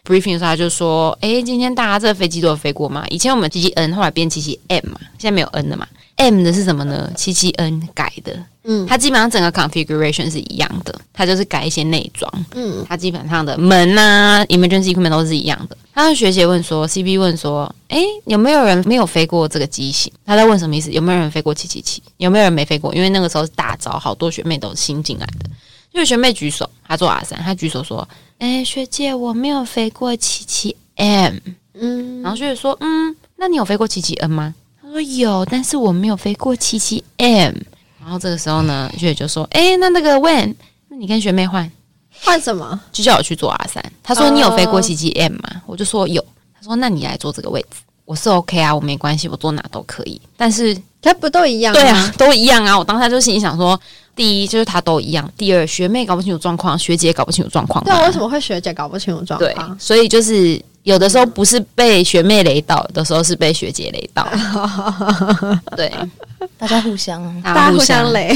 [SPEAKER 1] briefing 的时候，她就说：“诶，今天大家这个飞机都有飞过吗？以前我们七七 N，后来变七七 M 嘛，现在没有 N 了嘛。M 的是什么呢？七七 N 改的，
[SPEAKER 2] 嗯
[SPEAKER 1] 它基本上整个 configuration 是一样的，它就是改一些内装。
[SPEAKER 2] 嗯，
[SPEAKER 1] 它基本上的门啊，emergency equipment 都是一样的。他的学姐问说，CB 问说，诶，有没有人没有飞过这个机型？他在问什么意思？有没有人飞过七七七？有没有人没飞过？因为那个时候是大招，好多学妹都是新进来的。就是学妹举手，她做 R 三，她举手说，诶，学姐，我没有飞过七七 M。
[SPEAKER 2] 嗯，
[SPEAKER 1] 然后学姐说，嗯，那你有飞过七七 N 吗？她说有，但是我没有飞过七七 M。然后这个时候呢，学姐就说，诶，那那个 When，那你跟学妹换。
[SPEAKER 2] 换什么？
[SPEAKER 1] 就叫我去做 R 三。他
[SPEAKER 2] 哦
[SPEAKER 1] 说你有飞过 CGM 吗？我就说有。他说那你来坐这个位置，我是 OK 啊，我没关系，我坐哪都可以。但是
[SPEAKER 2] 它不都一样吗？
[SPEAKER 1] 对啊，都一样啊。我当下就心里想说，第一就是他都一样，第二学妹搞不清楚状况，学姐搞不清楚状况嘛，
[SPEAKER 2] 对啊，为什么会啊学姐搞不清楚状
[SPEAKER 1] 对
[SPEAKER 2] 况？，
[SPEAKER 1] 所以就是。有的时候不是被学妹雷到，有的时候是被学姐雷
[SPEAKER 2] [laughs]
[SPEAKER 1] 到。对，
[SPEAKER 4] 大家互相啊
[SPEAKER 1] 大
[SPEAKER 2] 大家互相。 [laughs] 雷。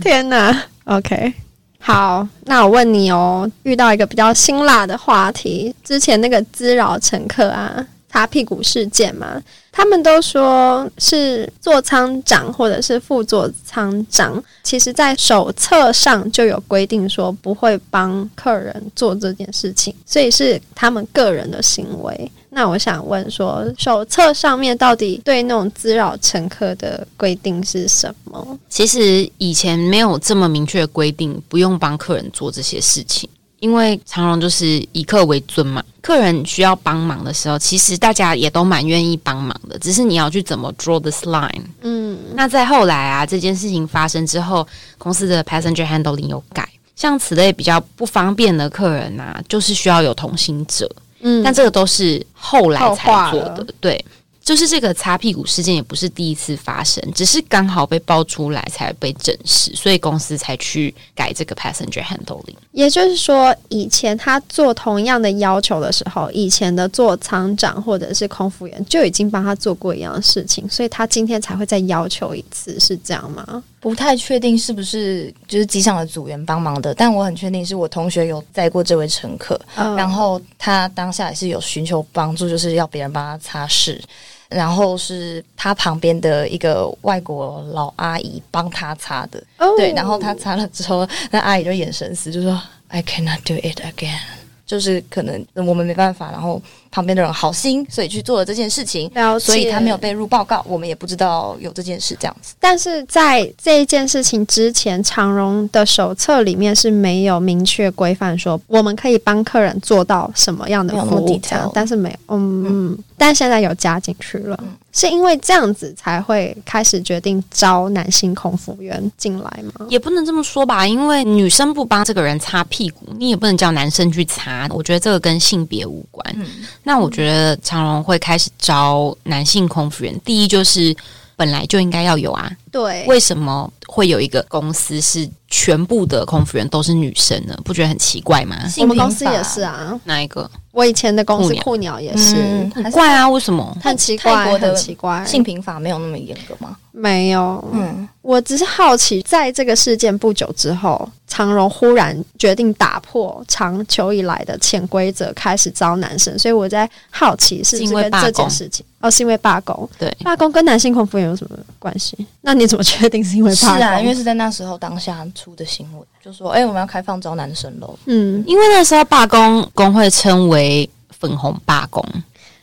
[SPEAKER 2] 天哪，OK。好，那我问你哦，遇到一个比较辛辣的话题，之前那个滋扰乘客啊、擦屁股事件嘛，他们都说是座舱长或者是副座舱长，其实在手册上就有规定说不会帮客人做这件事情，所以是他们个人的行为。那我想问说，手册上面到底对那种滋扰乘客的规定是什么？
[SPEAKER 1] 其实以前没有这么明确的规定，不用帮客人做这些事情，因为长荣就是以客为尊嘛。客人需要帮忙的时候，其实大家也都蛮愿意帮忙的，只是你要去怎么 draw this line。
[SPEAKER 2] 嗯，
[SPEAKER 1] 那在后来啊，这件事情发生之后，公司的 passenger handling 有改，像此类比较不方便的客人啊，就是需要有同行者。
[SPEAKER 2] 嗯
[SPEAKER 1] 但这个都是后来才做
[SPEAKER 2] 后话
[SPEAKER 1] 的
[SPEAKER 2] 了，
[SPEAKER 1] 对。就是这个擦屁股事件也不是第一次发生，只是刚好被爆出来才被证实，所以公司才去改这个 passenger handling。
[SPEAKER 2] 也就是说，以前他做同样的要求的时候，以前的座舱长或者是空服员就已经帮他做过一样的事情，所以他今天才会再要求一次，是这样吗？
[SPEAKER 4] 不太确定是不是就是机上的组员帮忙的，但我很确定是我同学有载过这位乘客，
[SPEAKER 2] 嗯
[SPEAKER 4] 然后他当下也是有寻求帮助，就是要别人帮他擦拭，然后是他旁边的一个外国老阿姨帮他擦的，
[SPEAKER 2] 哦
[SPEAKER 4] 对，然后他擦了之后，那阿姨就眼神死，就说 I cannot do it again，就是可能我们没办法，然后旁边的人好心，所以去做了这件事情，
[SPEAKER 2] 了
[SPEAKER 4] 所以他没有被入报告，我们也不知道有这件事这样子。
[SPEAKER 2] 但是在这一件事情之前，长荣的手册里面是没有明确规范说我们可以帮客人做到什么样的
[SPEAKER 4] 没有那
[SPEAKER 2] 服
[SPEAKER 4] 么
[SPEAKER 2] 务
[SPEAKER 4] detail
[SPEAKER 2] 这样，但是没有，嗯嗯，但现在有加进去了，
[SPEAKER 4] 嗯
[SPEAKER 2] 是因为这样子才会开始决定招男性空服员进来吗？
[SPEAKER 1] 也不能这么说吧，因为女生不帮这个人擦屁股，你也不能叫男生去擦。我觉得这个跟性别无关。那我觉得长荣会开始招男性空服员，第一就是本来就应该要有啊，
[SPEAKER 2] 对
[SPEAKER 1] 为什么会有一个公司是全部的空服员都是女生呢？不觉得很奇怪吗？
[SPEAKER 2] 我们公司也是啊，
[SPEAKER 1] 哪一个？
[SPEAKER 2] 我以前的公司
[SPEAKER 1] 酷鸟
[SPEAKER 2] 酷鸟也
[SPEAKER 4] 性
[SPEAKER 2] 是。
[SPEAKER 4] 平法，嗯，还是
[SPEAKER 1] 怪啊，为什么？
[SPEAKER 2] 很奇
[SPEAKER 4] 泰
[SPEAKER 2] 怪，
[SPEAKER 4] 国的
[SPEAKER 2] 很奇怪，
[SPEAKER 4] 性平法没有那么严格吗？
[SPEAKER 2] 没有，
[SPEAKER 4] 哎嗯，
[SPEAKER 2] 我只是好奇，在这个事件不久之后，长荣忽然决定打破长久以来的潜规则，开始招男生，所以我在好奇是不
[SPEAKER 1] 是
[SPEAKER 2] 是
[SPEAKER 1] 因为
[SPEAKER 2] 跟
[SPEAKER 1] 罢
[SPEAKER 2] 这
[SPEAKER 1] 工
[SPEAKER 2] 件事情哦，是因为罢工？
[SPEAKER 1] 对
[SPEAKER 2] 罢工跟男性空服员有什么关系？那你怎么确定是因为
[SPEAKER 4] 是
[SPEAKER 2] 罢工？
[SPEAKER 4] 啊，因为是在那时候当下出的新闻，就说哎、我们要开放招男生喽。
[SPEAKER 2] 嗯，
[SPEAKER 1] 因为那时候罢工，工会称为粉红罢工，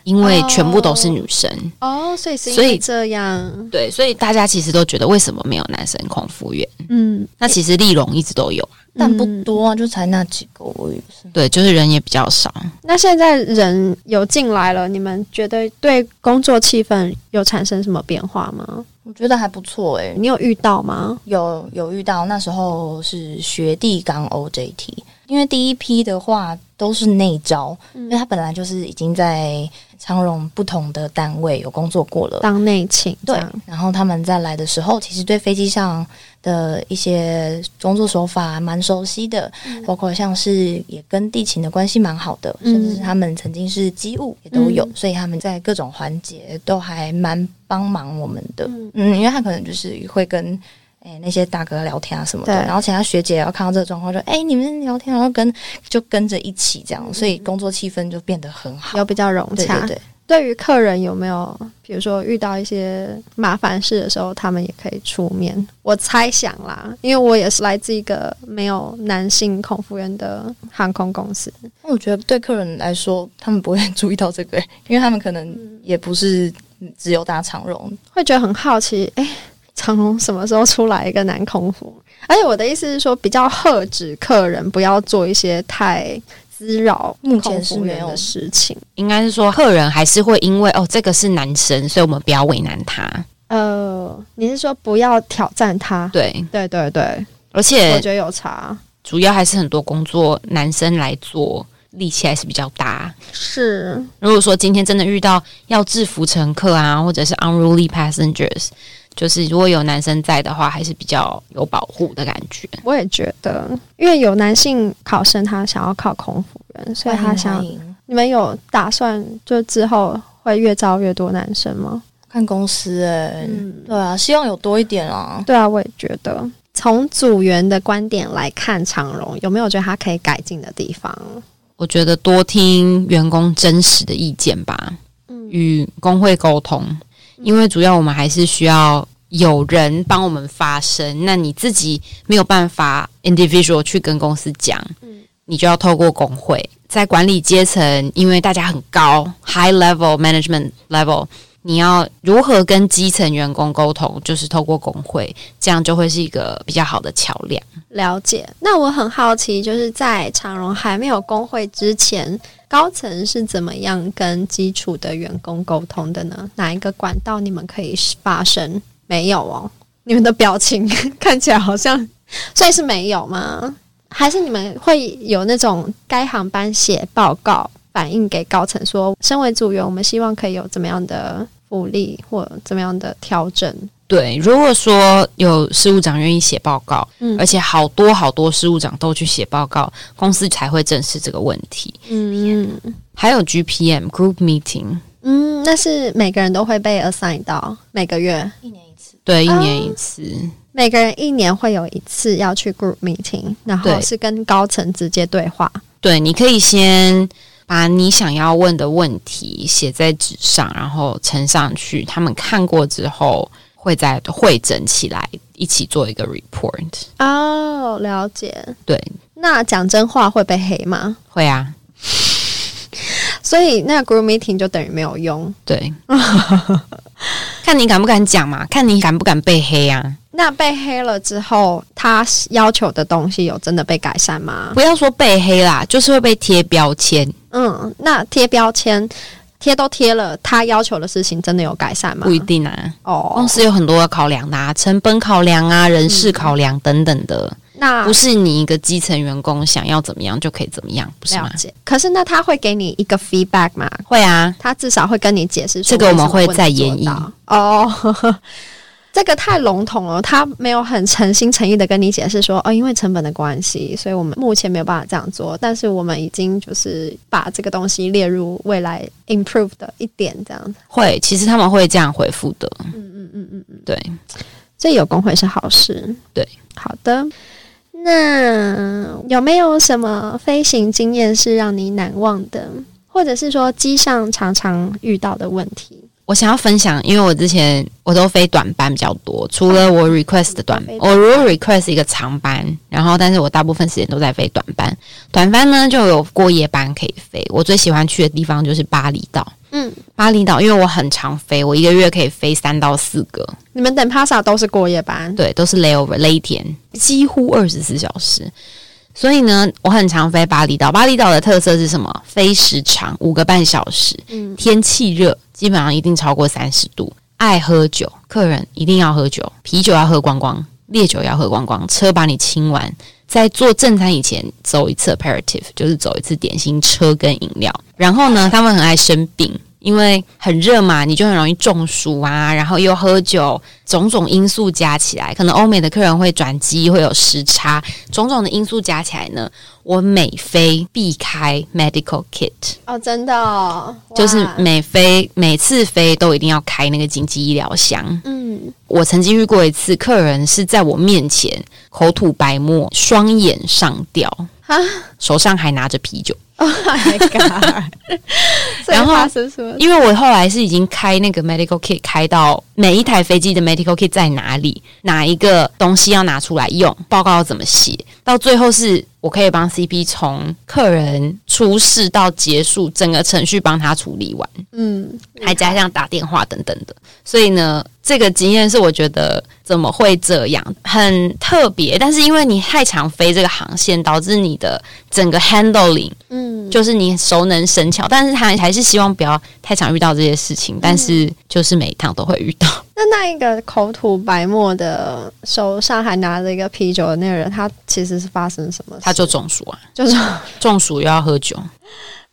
[SPEAKER 1] 因为全部都是女生。
[SPEAKER 2] 哦，所以是因
[SPEAKER 1] 所
[SPEAKER 2] 为
[SPEAKER 1] 以
[SPEAKER 2] 这样，
[SPEAKER 1] 对，所以大家其实都觉得为什么没有男生空服员？
[SPEAKER 2] 嗯，
[SPEAKER 1] 那其实利荣一直都有，
[SPEAKER 4] 但不
[SPEAKER 2] 嗯
[SPEAKER 4] 多啊，就才那几个，我也不是。
[SPEAKER 1] 对，就是人也比较少。
[SPEAKER 2] 那现在人有进来了，你们觉得对工作气氛有产生什么变化吗？
[SPEAKER 4] 我觉得还不错哎、
[SPEAKER 2] 你有遇到吗？
[SPEAKER 4] 有有遇到那时候是学弟刚 OJT，因为第一批的话都是内招，因为他本来就是已经在长荣不同的单位有工作过了，
[SPEAKER 2] 当内勤这
[SPEAKER 4] 对
[SPEAKER 2] 样，，
[SPEAKER 4] 然后他们在来的时候，其实对飞机上的一些工作手法蛮熟悉的，包括像是也跟地勤的关系蛮好的，
[SPEAKER 2] 嗯
[SPEAKER 4] 甚至是他们曾经是机务也都有，
[SPEAKER 2] 嗯
[SPEAKER 4] 所以他们在各种环节都还蛮帮忙我们的。
[SPEAKER 2] 嗯
[SPEAKER 4] 嗯因为他可能就是会跟。哎、那些大哥聊天啊什么的，
[SPEAKER 2] 对
[SPEAKER 4] 然后其他学姐要看到这个状况，就哎、你们聊天，然后跟就跟着一起这样，所以工作气氛就变得很好。
[SPEAKER 2] 嗯有比较融
[SPEAKER 4] 对
[SPEAKER 2] 洽。
[SPEAKER 4] 对对，
[SPEAKER 2] 对于客人有没有，比如说遇到一些麻烦事的时候，他们也可以出面？我猜想啦，因为我也是来自一个没有男性空服员的航空公司。
[SPEAKER 4] 那我觉得对客人来说，他们不会 [laughs] 注意到这个、因为他们可能也不是只有打长绒。
[SPEAKER 2] 会觉得很好奇，哎、长隆什么时候出来一个男空服？而且我的意思是说，比较喝止客人不要做一些太滋扰
[SPEAKER 4] 目前
[SPEAKER 2] 空
[SPEAKER 4] 是
[SPEAKER 2] 服
[SPEAKER 4] 没
[SPEAKER 2] 员
[SPEAKER 4] 有
[SPEAKER 2] 的事情。
[SPEAKER 1] 应该是说，客人还是会因为哦，这个是男生，所以我们不要为难他。
[SPEAKER 2] 呃，你是说不要挑战他？
[SPEAKER 1] 对，
[SPEAKER 2] 对对对，
[SPEAKER 1] 而
[SPEAKER 2] 我
[SPEAKER 1] 且
[SPEAKER 2] 觉得有差。
[SPEAKER 1] 主要还是很多工作男生来做，力气还是比较大。
[SPEAKER 2] 是，
[SPEAKER 1] 如果说今天真的遇到要制服乘客啊，或者是 unruly passengers，就是如果有男生在的话，还是比较有保护的感觉。
[SPEAKER 2] 我也觉得，因为有男性考生他想要考空服员，所以他想
[SPEAKER 4] 欢迎
[SPEAKER 2] 你们有打算就之后会越招越多男生吗？
[SPEAKER 4] 看公司哎、
[SPEAKER 2] 嗯，
[SPEAKER 4] 对啊，希望有多一点啊。
[SPEAKER 2] 对啊，我也觉得。从组员的观点来看，长荣有没有觉得他可以改进的地方？
[SPEAKER 1] 我觉得多听员工真实的意见吧，
[SPEAKER 2] 嗯，
[SPEAKER 1] 与工会沟通，因为主要我们还是需要有人帮我们发声。那你自己没有办法 individual 去跟公司讲
[SPEAKER 2] 嗯，
[SPEAKER 1] 你就要透过工会。在管理阶层，因为大家很高 high level management level，你要如何跟基层员工沟通，就是透过工会，这样就会是一个比较好的桥梁。
[SPEAKER 2] 了解。那我很好奇，就是在长荣还没有工会之前，高层是怎么样跟基础的员工沟通的呢？哪一个管道你们可以发声？没有哦，你们的表情看起来好像，所以是没有吗？还是你们会有那种该航班写报告反映给高层说，身为组员，我们希望可以有怎么样的福利或怎么样的调整？
[SPEAKER 1] 对，如果说有事务长愿意写报告，
[SPEAKER 2] 嗯
[SPEAKER 1] 而且好多好多事务长都去写报告，公司才会正视这个问题。
[SPEAKER 2] 嗯嗯
[SPEAKER 1] 还有 GPM Group Meeting，
[SPEAKER 2] 嗯，那是每个人都会被 assign 到每个月，
[SPEAKER 4] 一年一次，
[SPEAKER 1] 对，一
[SPEAKER 2] 啊
[SPEAKER 1] 年一次。
[SPEAKER 2] 每个人一年会有一次要去 group meeting，然后
[SPEAKER 1] 对
[SPEAKER 2] 是跟高层直接对话。
[SPEAKER 1] 对，你可以先把你想要问的问题写在纸上，然后呈上去，他们看过之后会再会诊起来，一起做一个 report。
[SPEAKER 2] 哦，了解。
[SPEAKER 1] 对，
[SPEAKER 2] 那讲真话会被黑吗？
[SPEAKER 1] 会啊，
[SPEAKER 2] 所以那个 group meeting 就等于没有用。 [laughs]
[SPEAKER 1] 对，看你敢不敢讲嘛，看你敢不敢被黑啊！
[SPEAKER 2] 那被黑了之后，他要求的东西有真的被改善吗？
[SPEAKER 1] 不要说被黑啦，就是会被贴标签。
[SPEAKER 2] 嗯，那贴标签贴都贴了，他要求的事情真的有改善吗
[SPEAKER 1] 不？一定啊，
[SPEAKER 2] 哦
[SPEAKER 1] 公，司有很多的考量的、啊，成本考量
[SPEAKER 2] 嗯
[SPEAKER 1] 啊、人事考量等等的，
[SPEAKER 2] 那
[SPEAKER 1] 不是你一个基层员工想要怎么样就可以怎么样，不是
[SPEAKER 2] 了
[SPEAKER 1] 吗？
[SPEAKER 2] 解。可是那他会给你一个 feedback 吗？
[SPEAKER 1] 会啊，
[SPEAKER 2] 他至少会跟你解释说
[SPEAKER 1] 这个我们
[SPEAKER 2] 为什么
[SPEAKER 1] 会再
[SPEAKER 2] 不能做
[SPEAKER 1] 演绎
[SPEAKER 2] 到哦。 [laughs] 这个太笼统了，他没有很诚心诚意的跟你解释说，哦，因为成本的关系，所以我们目前没有办法这样做，但是我们已经就是把这个东西列入未来 improve 的一点这样子。
[SPEAKER 1] 会，其实他们会这样回复的。
[SPEAKER 2] 嗯嗯嗯嗯，
[SPEAKER 1] 对，
[SPEAKER 2] 所以有工会是好事。
[SPEAKER 1] 对，
[SPEAKER 2] 好的。那有没有什么飞行经验是让你难忘的，或者是说机上常常遇到的问题？
[SPEAKER 1] 我想要分享，因为我之前我都飞短班比较多，除了我 request 的短
[SPEAKER 2] 哦飞，
[SPEAKER 1] 我如果 request 一个长班，然后但是我大部分时间都在飞短班。短班呢就有过夜班可以飞，我最喜欢去的地方就是巴厘岛。
[SPEAKER 2] 嗯，
[SPEAKER 1] 巴厘岛因为我很常飞，我一个月可以飞三到四个，
[SPEAKER 2] 你们等 PASA 都是过夜班，
[SPEAKER 1] 对，都是 layover 勒天，几乎二十四小时。所以呢，我很常飞巴厘岛。巴厘岛的特色是什么？飞时长五个半小时，
[SPEAKER 2] 嗯，
[SPEAKER 1] 天气热，基本上一定超过三十度。爱喝酒，客人一定要喝酒，啤酒要喝光光，烈酒要喝光光，车把你清完。在做正餐以前走一次 aperitif，就是走一次点心车跟饮料。然后呢，他们很爱生病，因为很热嘛，你就很容易中暑啊，然后又喝酒，种种因素加起来，可能欧美的客人会转机，会有时差，种种的因素加起来呢，我每飞避开 medical kit。
[SPEAKER 2] 哦，真的、哦，哇
[SPEAKER 1] 就是每飞每次飞都一定要开那个紧急医疗箱。
[SPEAKER 2] 嗯，
[SPEAKER 1] 我曾经遇过一次，客人是在我面前口吐白沫，双眼上吊，
[SPEAKER 2] 哈
[SPEAKER 1] 手上还拿着啤酒。
[SPEAKER 2] ，Oh my god！所以
[SPEAKER 1] 然后
[SPEAKER 2] 发生什么？
[SPEAKER 1] 因为我后来是已经开那个 medical kit，开到每一台飞机的 medical kit 在哪里，哪一个东西要拿出来用，报告要怎么写，到最后是我可以帮 CP 从客人出事到结束整个程序帮他处理完。
[SPEAKER 2] 嗯，
[SPEAKER 1] 还加上打电话等等的。所以呢，这个经验是我觉得怎么会这样，很特别。但是因为你太常飞这个航线，导致你的整个 handling
[SPEAKER 2] 嗯，
[SPEAKER 1] 就
[SPEAKER 2] 就
[SPEAKER 1] 是你熟能生巧。但是还还是希望不要太常遇到这些事情，但是
[SPEAKER 2] 嗯
[SPEAKER 1] 就是每一趟都会遇
[SPEAKER 2] [laughs]
[SPEAKER 1] 到。
[SPEAKER 2] 那那一个口吐白沫的，手上还拿着一个啤酒的那个人，他其实是发生什么事？
[SPEAKER 1] 他就中暑啊，
[SPEAKER 2] 就是
[SPEAKER 1] 中暑又要喝酒，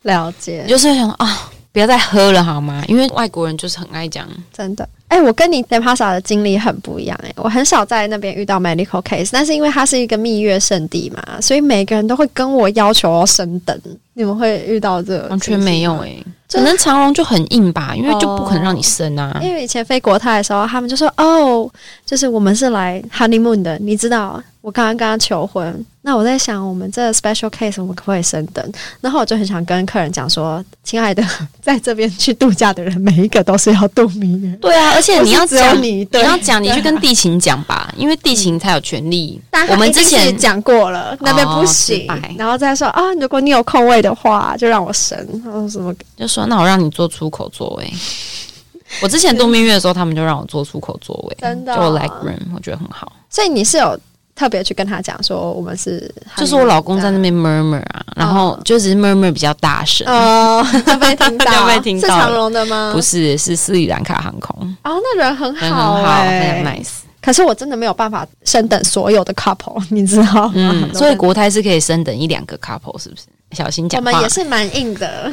[SPEAKER 2] 了
[SPEAKER 1] 你
[SPEAKER 2] 解，
[SPEAKER 1] 就是会想说啊、不要再喝了好吗？因为外国人就是很爱讲，
[SPEAKER 2] 真的。哎、我跟你 Dempasa 的经历很不一样哎、我很少在那边遇到 medical case，但是因为它是一个蜜月圣地嘛，所以每个人都会跟我要求要升等。你们会遇到这个
[SPEAKER 1] 完全
[SPEAKER 2] 情形
[SPEAKER 1] 没有
[SPEAKER 2] 吗
[SPEAKER 1] 诶、
[SPEAKER 2] 呃就
[SPEAKER 1] 可能长龙就很硬吧，因为就不可能让你
[SPEAKER 2] 哦
[SPEAKER 1] 生啊。
[SPEAKER 2] [laughs] 因为以前飞国泰的时候，他们就说：“哦，就是我们是来 honeymoon 的，你知道，我刚刚跟他求婚。”那我在想，我们这 special case 我们可不可以升等？然后我就很想跟客人讲说：“亲爱的，在这边去度假的人，每一个都是要度蜜月，
[SPEAKER 1] 对啊，而且
[SPEAKER 2] 不
[SPEAKER 1] 你
[SPEAKER 2] 是
[SPEAKER 1] 要
[SPEAKER 2] 只有
[SPEAKER 1] 讲
[SPEAKER 2] 你
[SPEAKER 1] 你
[SPEAKER 2] 对
[SPEAKER 1] 要讲，你
[SPEAKER 2] 对
[SPEAKER 1] 去跟地勤讲吧，因为地勤才有权利
[SPEAKER 2] 但。他
[SPEAKER 1] 我们
[SPEAKER 2] 一定
[SPEAKER 1] 之
[SPEAKER 2] 是
[SPEAKER 1] 前
[SPEAKER 2] 讲过了，那边不
[SPEAKER 1] 哦
[SPEAKER 2] 行。
[SPEAKER 1] 失败
[SPEAKER 2] 然后再说啊，如果你有空位的话，就让我升。然
[SPEAKER 1] 嗯
[SPEAKER 2] 后什么
[SPEAKER 1] 就说，那我让你坐出口座位。我之前度蜜月的时候，他们就让我坐出口座位，
[SPEAKER 2] 真的
[SPEAKER 1] 就
[SPEAKER 2] 哦
[SPEAKER 1] leg room，我觉得很好。
[SPEAKER 2] 所以你是有特别去跟他讲说，我们是
[SPEAKER 1] 就是我老公在那边 murmur 啊，然后
[SPEAKER 2] 嗯
[SPEAKER 1] 就只是 murmur 比较大声， [laughs]
[SPEAKER 2] 哦， [laughs] 就被听到，
[SPEAKER 1] 就被听到
[SPEAKER 2] 是
[SPEAKER 1] 了
[SPEAKER 2] 长龙的吗？
[SPEAKER 1] 不是是斯里兰卡航空，
[SPEAKER 2] 哦，那人很
[SPEAKER 1] 人很
[SPEAKER 2] 好、
[SPEAKER 1] 好，
[SPEAKER 2] 欸，
[SPEAKER 1] 很 nice。
[SPEAKER 2] 可是我真的没有办法升等所有的 couple，你 [laughs] 知道吗？
[SPEAKER 1] 嗯，
[SPEAKER 2] [laughs] 都
[SPEAKER 1] 所以国泰是可以升等一两个 couple，是不是？小心
[SPEAKER 2] 我
[SPEAKER 1] 讲
[SPEAKER 2] 们
[SPEAKER 1] 话
[SPEAKER 2] 也。是蛮硬的。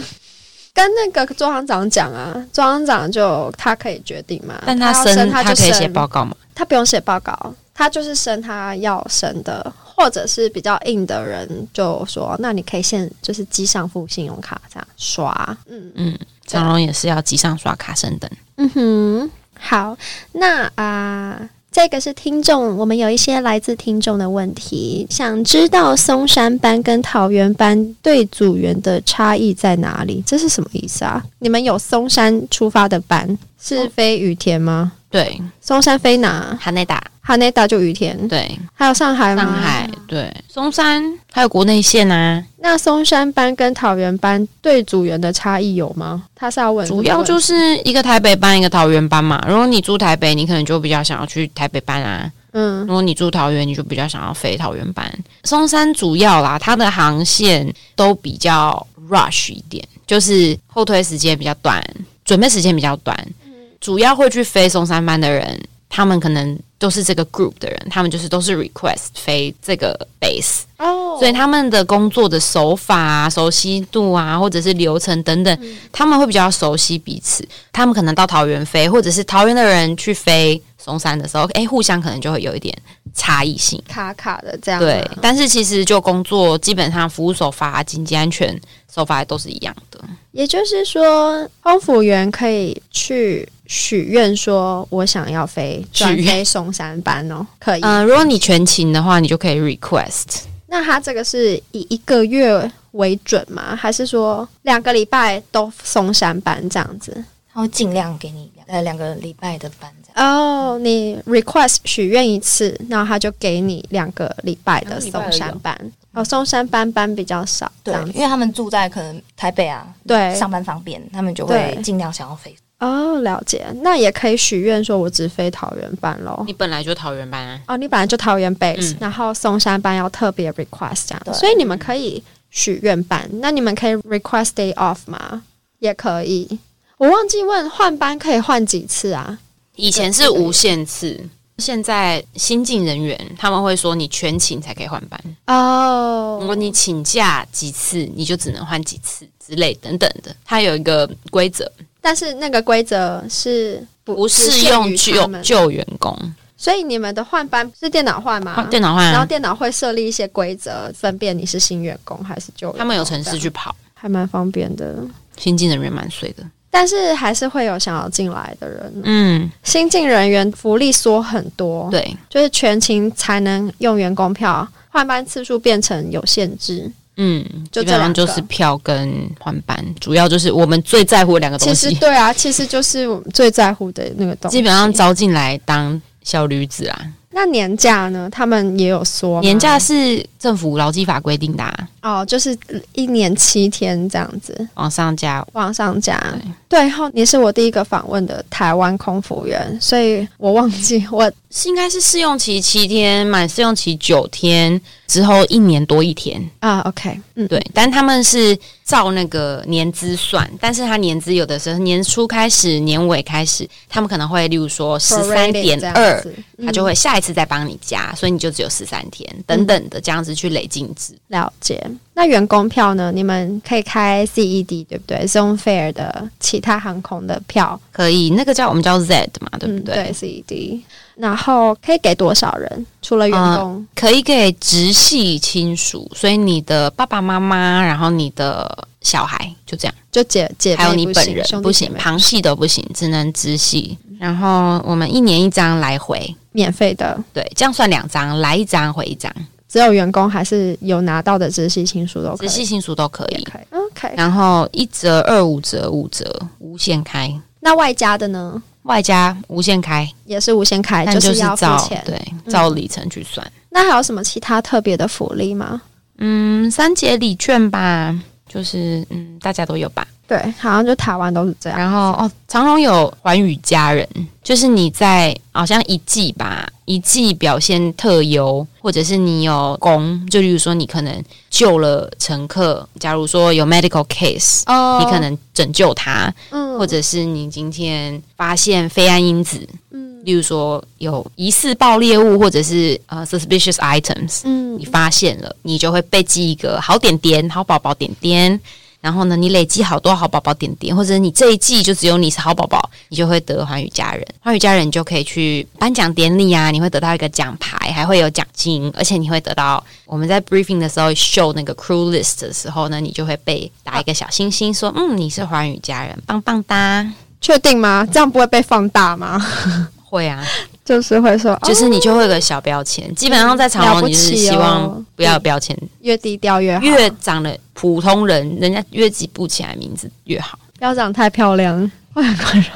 [SPEAKER 2] 跟那个周行长讲啊，周行长就他可以决定嘛，
[SPEAKER 1] 但
[SPEAKER 2] 他
[SPEAKER 1] 他
[SPEAKER 2] 要
[SPEAKER 1] 升，
[SPEAKER 2] 他
[SPEAKER 1] 他
[SPEAKER 2] 就
[SPEAKER 1] 可以写
[SPEAKER 2] 升，
[SPEAKER 1] 报告嘛？
[SPEAKER 2] 他不用写报告，他就是升他要升的，或者是比较硬的人就说，那你可以现就是机上付信用卡这样刷，嗯。
[SPEAKER 1] 嗯，长荣也是要机上刷卡升等。
[SPEAKER 2] 嗯哼，好，那啊、这个是听众，我们有一些来自听众的问题，想知道松山班跟桃园班对组员的差异在哪里？这是什么意思啊？你们有松山出发的班是飞羽田吗？
[SPEAKER 1] 对，
[SPEAKER 2] 松山飞哪？
[SPEAKER 1] 哈内达嗯
[SPEAKER 2] 哈内达就羽田，
[SPEAKER 1] 对，
[SPEAKER 2] 还有上海吗？
[SPEAKER 1] 上海对，松山还有国内线啊，
[SPEAKER 2] 那松山班跟桃园班对组员的差异有吗？他是要问
[SPEAKER 1] 主要就是是一个台北班，一个桃园班嘛。如果你住台北，你可能就比较想要去台北班啊；
[SPEAKER 2] 嗯
[SPEAKER 1] 如果你住桃园，你就比较想要飞桃园班。松山主要啦，它的航线都比较 rush 一点，就是后推时间比较短，准备时间比较短。
[SPEAKER 2] 嗯
[SPEAKER 1] 主要会去飞松山班的人，他们可能都是这个 group 的人，他们就是都是 request 飞这个 base。
[SPEAKER 2] 哦，
[SPEAKER 1] 所以他们的工作的手法啊、熟悉度啊，或者是流程等等，他们会比较熟悉彼此。他们可能到桃园飞，或者是桃园的人去飞松山的时候，哎，互相可能就会有一点差异性。
[SPEAKER 2] 卡卡的这样吗啊
[SPEAKER 1] 对，但是其实就工作基本上服务手法、紧急安全手法都是一样的。
[SPEAKER 2] 也就是说，空服员可以去许愿说，我想要飞
[SPEAKER 1] 许
[SPEAKER 2] 转
[SPEAKER 1] 愿
[SPEAKER 2] 飞松山班哦，可以。
[SPEAKER 1] 嗯、如果你全勤的话，你就可以 request。
[SPEAKER 2] 那他这个是以一个月为准吗？还是说两个礼拜都松山班这样子？
[SPEAKER 4] 他会尽量给你呃两个礼拜的班这样。
[SPEAKER 2] 哦、你 request 许愿一次，然后他就给你两个礼拜的
[SPEAKER 4] 两个礼拜
[SPEAKER 2] 松
[SPEAKER 4] 而已哦
[SPEAKER 2] 山班。哦，松山班班比较少，这
[SPEAKER 4] 对
[SPEAKER 2] 样，子
[SPEAKER 4] 因为他们住在可能台北啊，
[SPEAKER 2] 对
[SPEAKER 4] 上班方便，他们就
[SPEAKER 2] 对
[SPEAKER 4] 会尽量想要飞。
[SPEAKER 2] 哦，了解。那也可以许愿说，我只飞桃园班喽。
[SPEAKER 1] 你本来就桃园班、啊，
[SPEAKER 2] 哦，你本来就桃园 base，、
[SPEAKER 1] 嗯
[SPEAKER 2] 然后松山班要特别 request 这样，
[SPEAKER 4] 对
[SPEAKER 2] 所以你们可以许愿班，那你们可以 request day off 吗？也可以。我忘记问换班可以换几次啊？
[SPEAKER 1] 以前是无限次，现在新进人员他们会说你全勤才可以换班。
[SPEAKER 2] 哦、
[SPEAKER 1] 如果你请假几次，你就只能换几次之类等等的，它有一个规则，
[SPEAKER 2] 但是那个规则是不
[SPEAKER 1] 不适
[SPEAKER 2] 只
[SPEAKER 1] 用
[SPEAKER 2] 限于他
[SPEAKER 1] 旧
[SPEAKER 2] 们，
[SPEAKER 1] 旧员工。
[SPEAKER 2] 所以你们的换班是电脑换吗？
[SPEAKER 1] 换电脑换
[SPEAKER 2] 然后
[SPEAKER 1] 啊，
[SPEAKER 2] 电脑会设立一些规则，分辨你是新员工还是旧员工。
[SPEAKER 1] 他们有城市去，跑，
[SPEAKER 2] 还蛮方便的。
[SPEAKER 1] 新进人员蛮衰的。
[SPEAKER 2] 但是还是会有想要进来的人呢，
[SPEAKER 1] 嗯，
[SPEAKER 2] 新进人员福利缩很多，
[SPEAKER 1] 对，
[SPEAKER 2] 就是全勤才能用员工票，换班次数变成有限制。
[SPEAKER 1] 嗯，
[SPEAKER 2] 就
[SPEAKER 1] 基
[SPEAKER 2] 这
[SPEAKER 1] 本
[SPEAKER 2] 两
[SPEAKER 1] 上
[SPEAKER 2] 个
[SPEAKER 1] 就是票跟换班，主要就是我们最在乎的两个
[SPEAKER 2] 其
[SPEAKER 1] 东 [laughs]
[SPEAKER 2] 实
[SPEAKER 1] 西。
[SPEAKER 2] 对啊，其实就是我们最在乎的那个东西。
[SPEAKER 1] 基本上招进来当小驴子啊，
[SPEAKER 2] 那年假呢，他们也有说吗
[SPEAKER 1] 年假是政府劳基法规定的、啊，
[SPEAKER 2] 哦，就是一年七天这样子
[SPEAKER 1] 往上加。
[SPEAKER 2] 往上加。对，然后你是我第一个访问的台湾空服员，所以我忘记我 [laughs]
[SPEAKER 1] 是应该是试用期七天，满试用期九天之后一年多一天，
[SPEAKER 2] 啊，OK，嗯，
[SPEAKER 1] 对，但他们是照那个年资算，但是他年资有的时候年初开始，年尾开始，他们可能会例如说十三
[SPEAKER 2] prorated 这
[SPEAKER 1] 点
[SPEAKER 2] 样
[SPEAKER 1] 二，
[SPEAKER 2] 子，嗯
[SPEAKER 1] 他就会下一次再帮你加，所以你就只有十三天等等的这样子去累进值。
[SPEAKER 2] 了解。那员工票呢？你们可以开 CED 对不对？Zone Fair 的其他航空的票，
[SPEAKER 1] 可以，那个叫我们叫 Z 嘛，对不对？
[SPEAKER 2] 嗯、对 CED。然后可以给多少人？除了员工，
[SPEAKER 1] 可以给直系亲属，所以你的爸爸妈妈，然后你的小孩，就这样。
[SPEAKER 2] 就姐姐妹
[SPEAKER 1] 还有你
[SPEAKER 2] 不
[SPEAKER 1] 本
[SPEAKER 2] 行
[SPEAKER 1] 人
[SPEAKER 2] 兄弟
[SPEAKER 1] 不
[SPEAKER 2] 姐
[SPEAKER 1] 行，
[SPEAKER 2] 妹嗯
[SPEAKER 1] 旁系都不行，只能直系。然后我们一年一张来回，
[SPEAKER 2] 免费的，
[SPEAKER 1] 对，这样算两张，来一张回一张，
[SPEAKER 2] 只有员工还是有拿到的直系亲属都可
[SPEAKER 1] 直
[SPEAKER 2] 以，
[SPEAKER 1] 系亲属都可
[SPEAKER 2] 也
[SPEAKER 1] 以。
[SPEAKER 2] 可以。OK，
[SPEAKER 1] 然后一折、二五折、五折，无限开，
[SPEAKER 2] 那外加的呢？
[SPEAKER 1] 外加无限开，
[SPEAKER 2] 也是无限开，
[SPEAKER 1] 但
[SPEAKER 2] 哎是
[SPEAKER 1] 是
[SPEAKER 2] 要付
[SPEAKER 1] 照
[SPEAKER 2] 钱。嗯
[SPEAKER 1] 对照里程去算。
[SPEAKER 2] 那还有什么其他特别的福利吗？
[SPEAKER 1] 嗯，三节礼券吧，就是嗯大家都有吧。
[SPEAKER 2] 对，好像就台湾都是这样。
[SPEAKER 1] 然后哦，长荣有寰宇家人，就是你在好像一季吧，一季表现特优，或者是你有功，就例如说你可能救了乘客，假如说有 medical case，、
[SPEAKER 2] 哦
[SPEAKER 1] 你可能拯救他，
[SPEAKER 2] 嗯
[SPEAKER 1] 或者是你今天发现非安因子，
[SPEAKER 2] 嗯
[SPEAKER 1] 例如说有疑似爆裂物或者是呃 suspicious items，
[SPEAKER 2] 嗯
[SPEAKER 1] 你发现了，你就会被记一个好点点、好宝宝点点。然后呢，你累积好多好宝宝点点，或者你这一季就只有你是好宝宝，你就会得环宇家人。环宇家人你就可以去颁奖典礼啊，你会得到一个奖牌，还会有奖金，而且你会得到我们在 briefing 的时候 show 那个 crew list 的时候呢，你就会被打一个小星星说，嗯，你是环宇家人，棒棒哒。
[SPEAKER 2] 确定吗？这样不会被放大吗？ [laughs]
[SPEAKER 1] 会啊，
[SPEAKER 2] 就是会说，
[SPEAKER 1] 就
[SPEAKER 2] 哦、
[SPEAKER 1] 是你就会有个小标签，基本上在长
[SPEAKER 2] 了不
[SPEAKER 1] 隆你是
[SPEAKER 2] 起
[SPEAKER 1] 希
[SPEAKER 2] 哦
[SPEAKER 1] 望不要有标签，
[SPEAKER 2] 越低调越好，
[SPEAKER 1] [laughs] 越长得普通人，人家越记不起来名字越好。
[SPEAKER 2] 不要长太漂亮，会很困扰。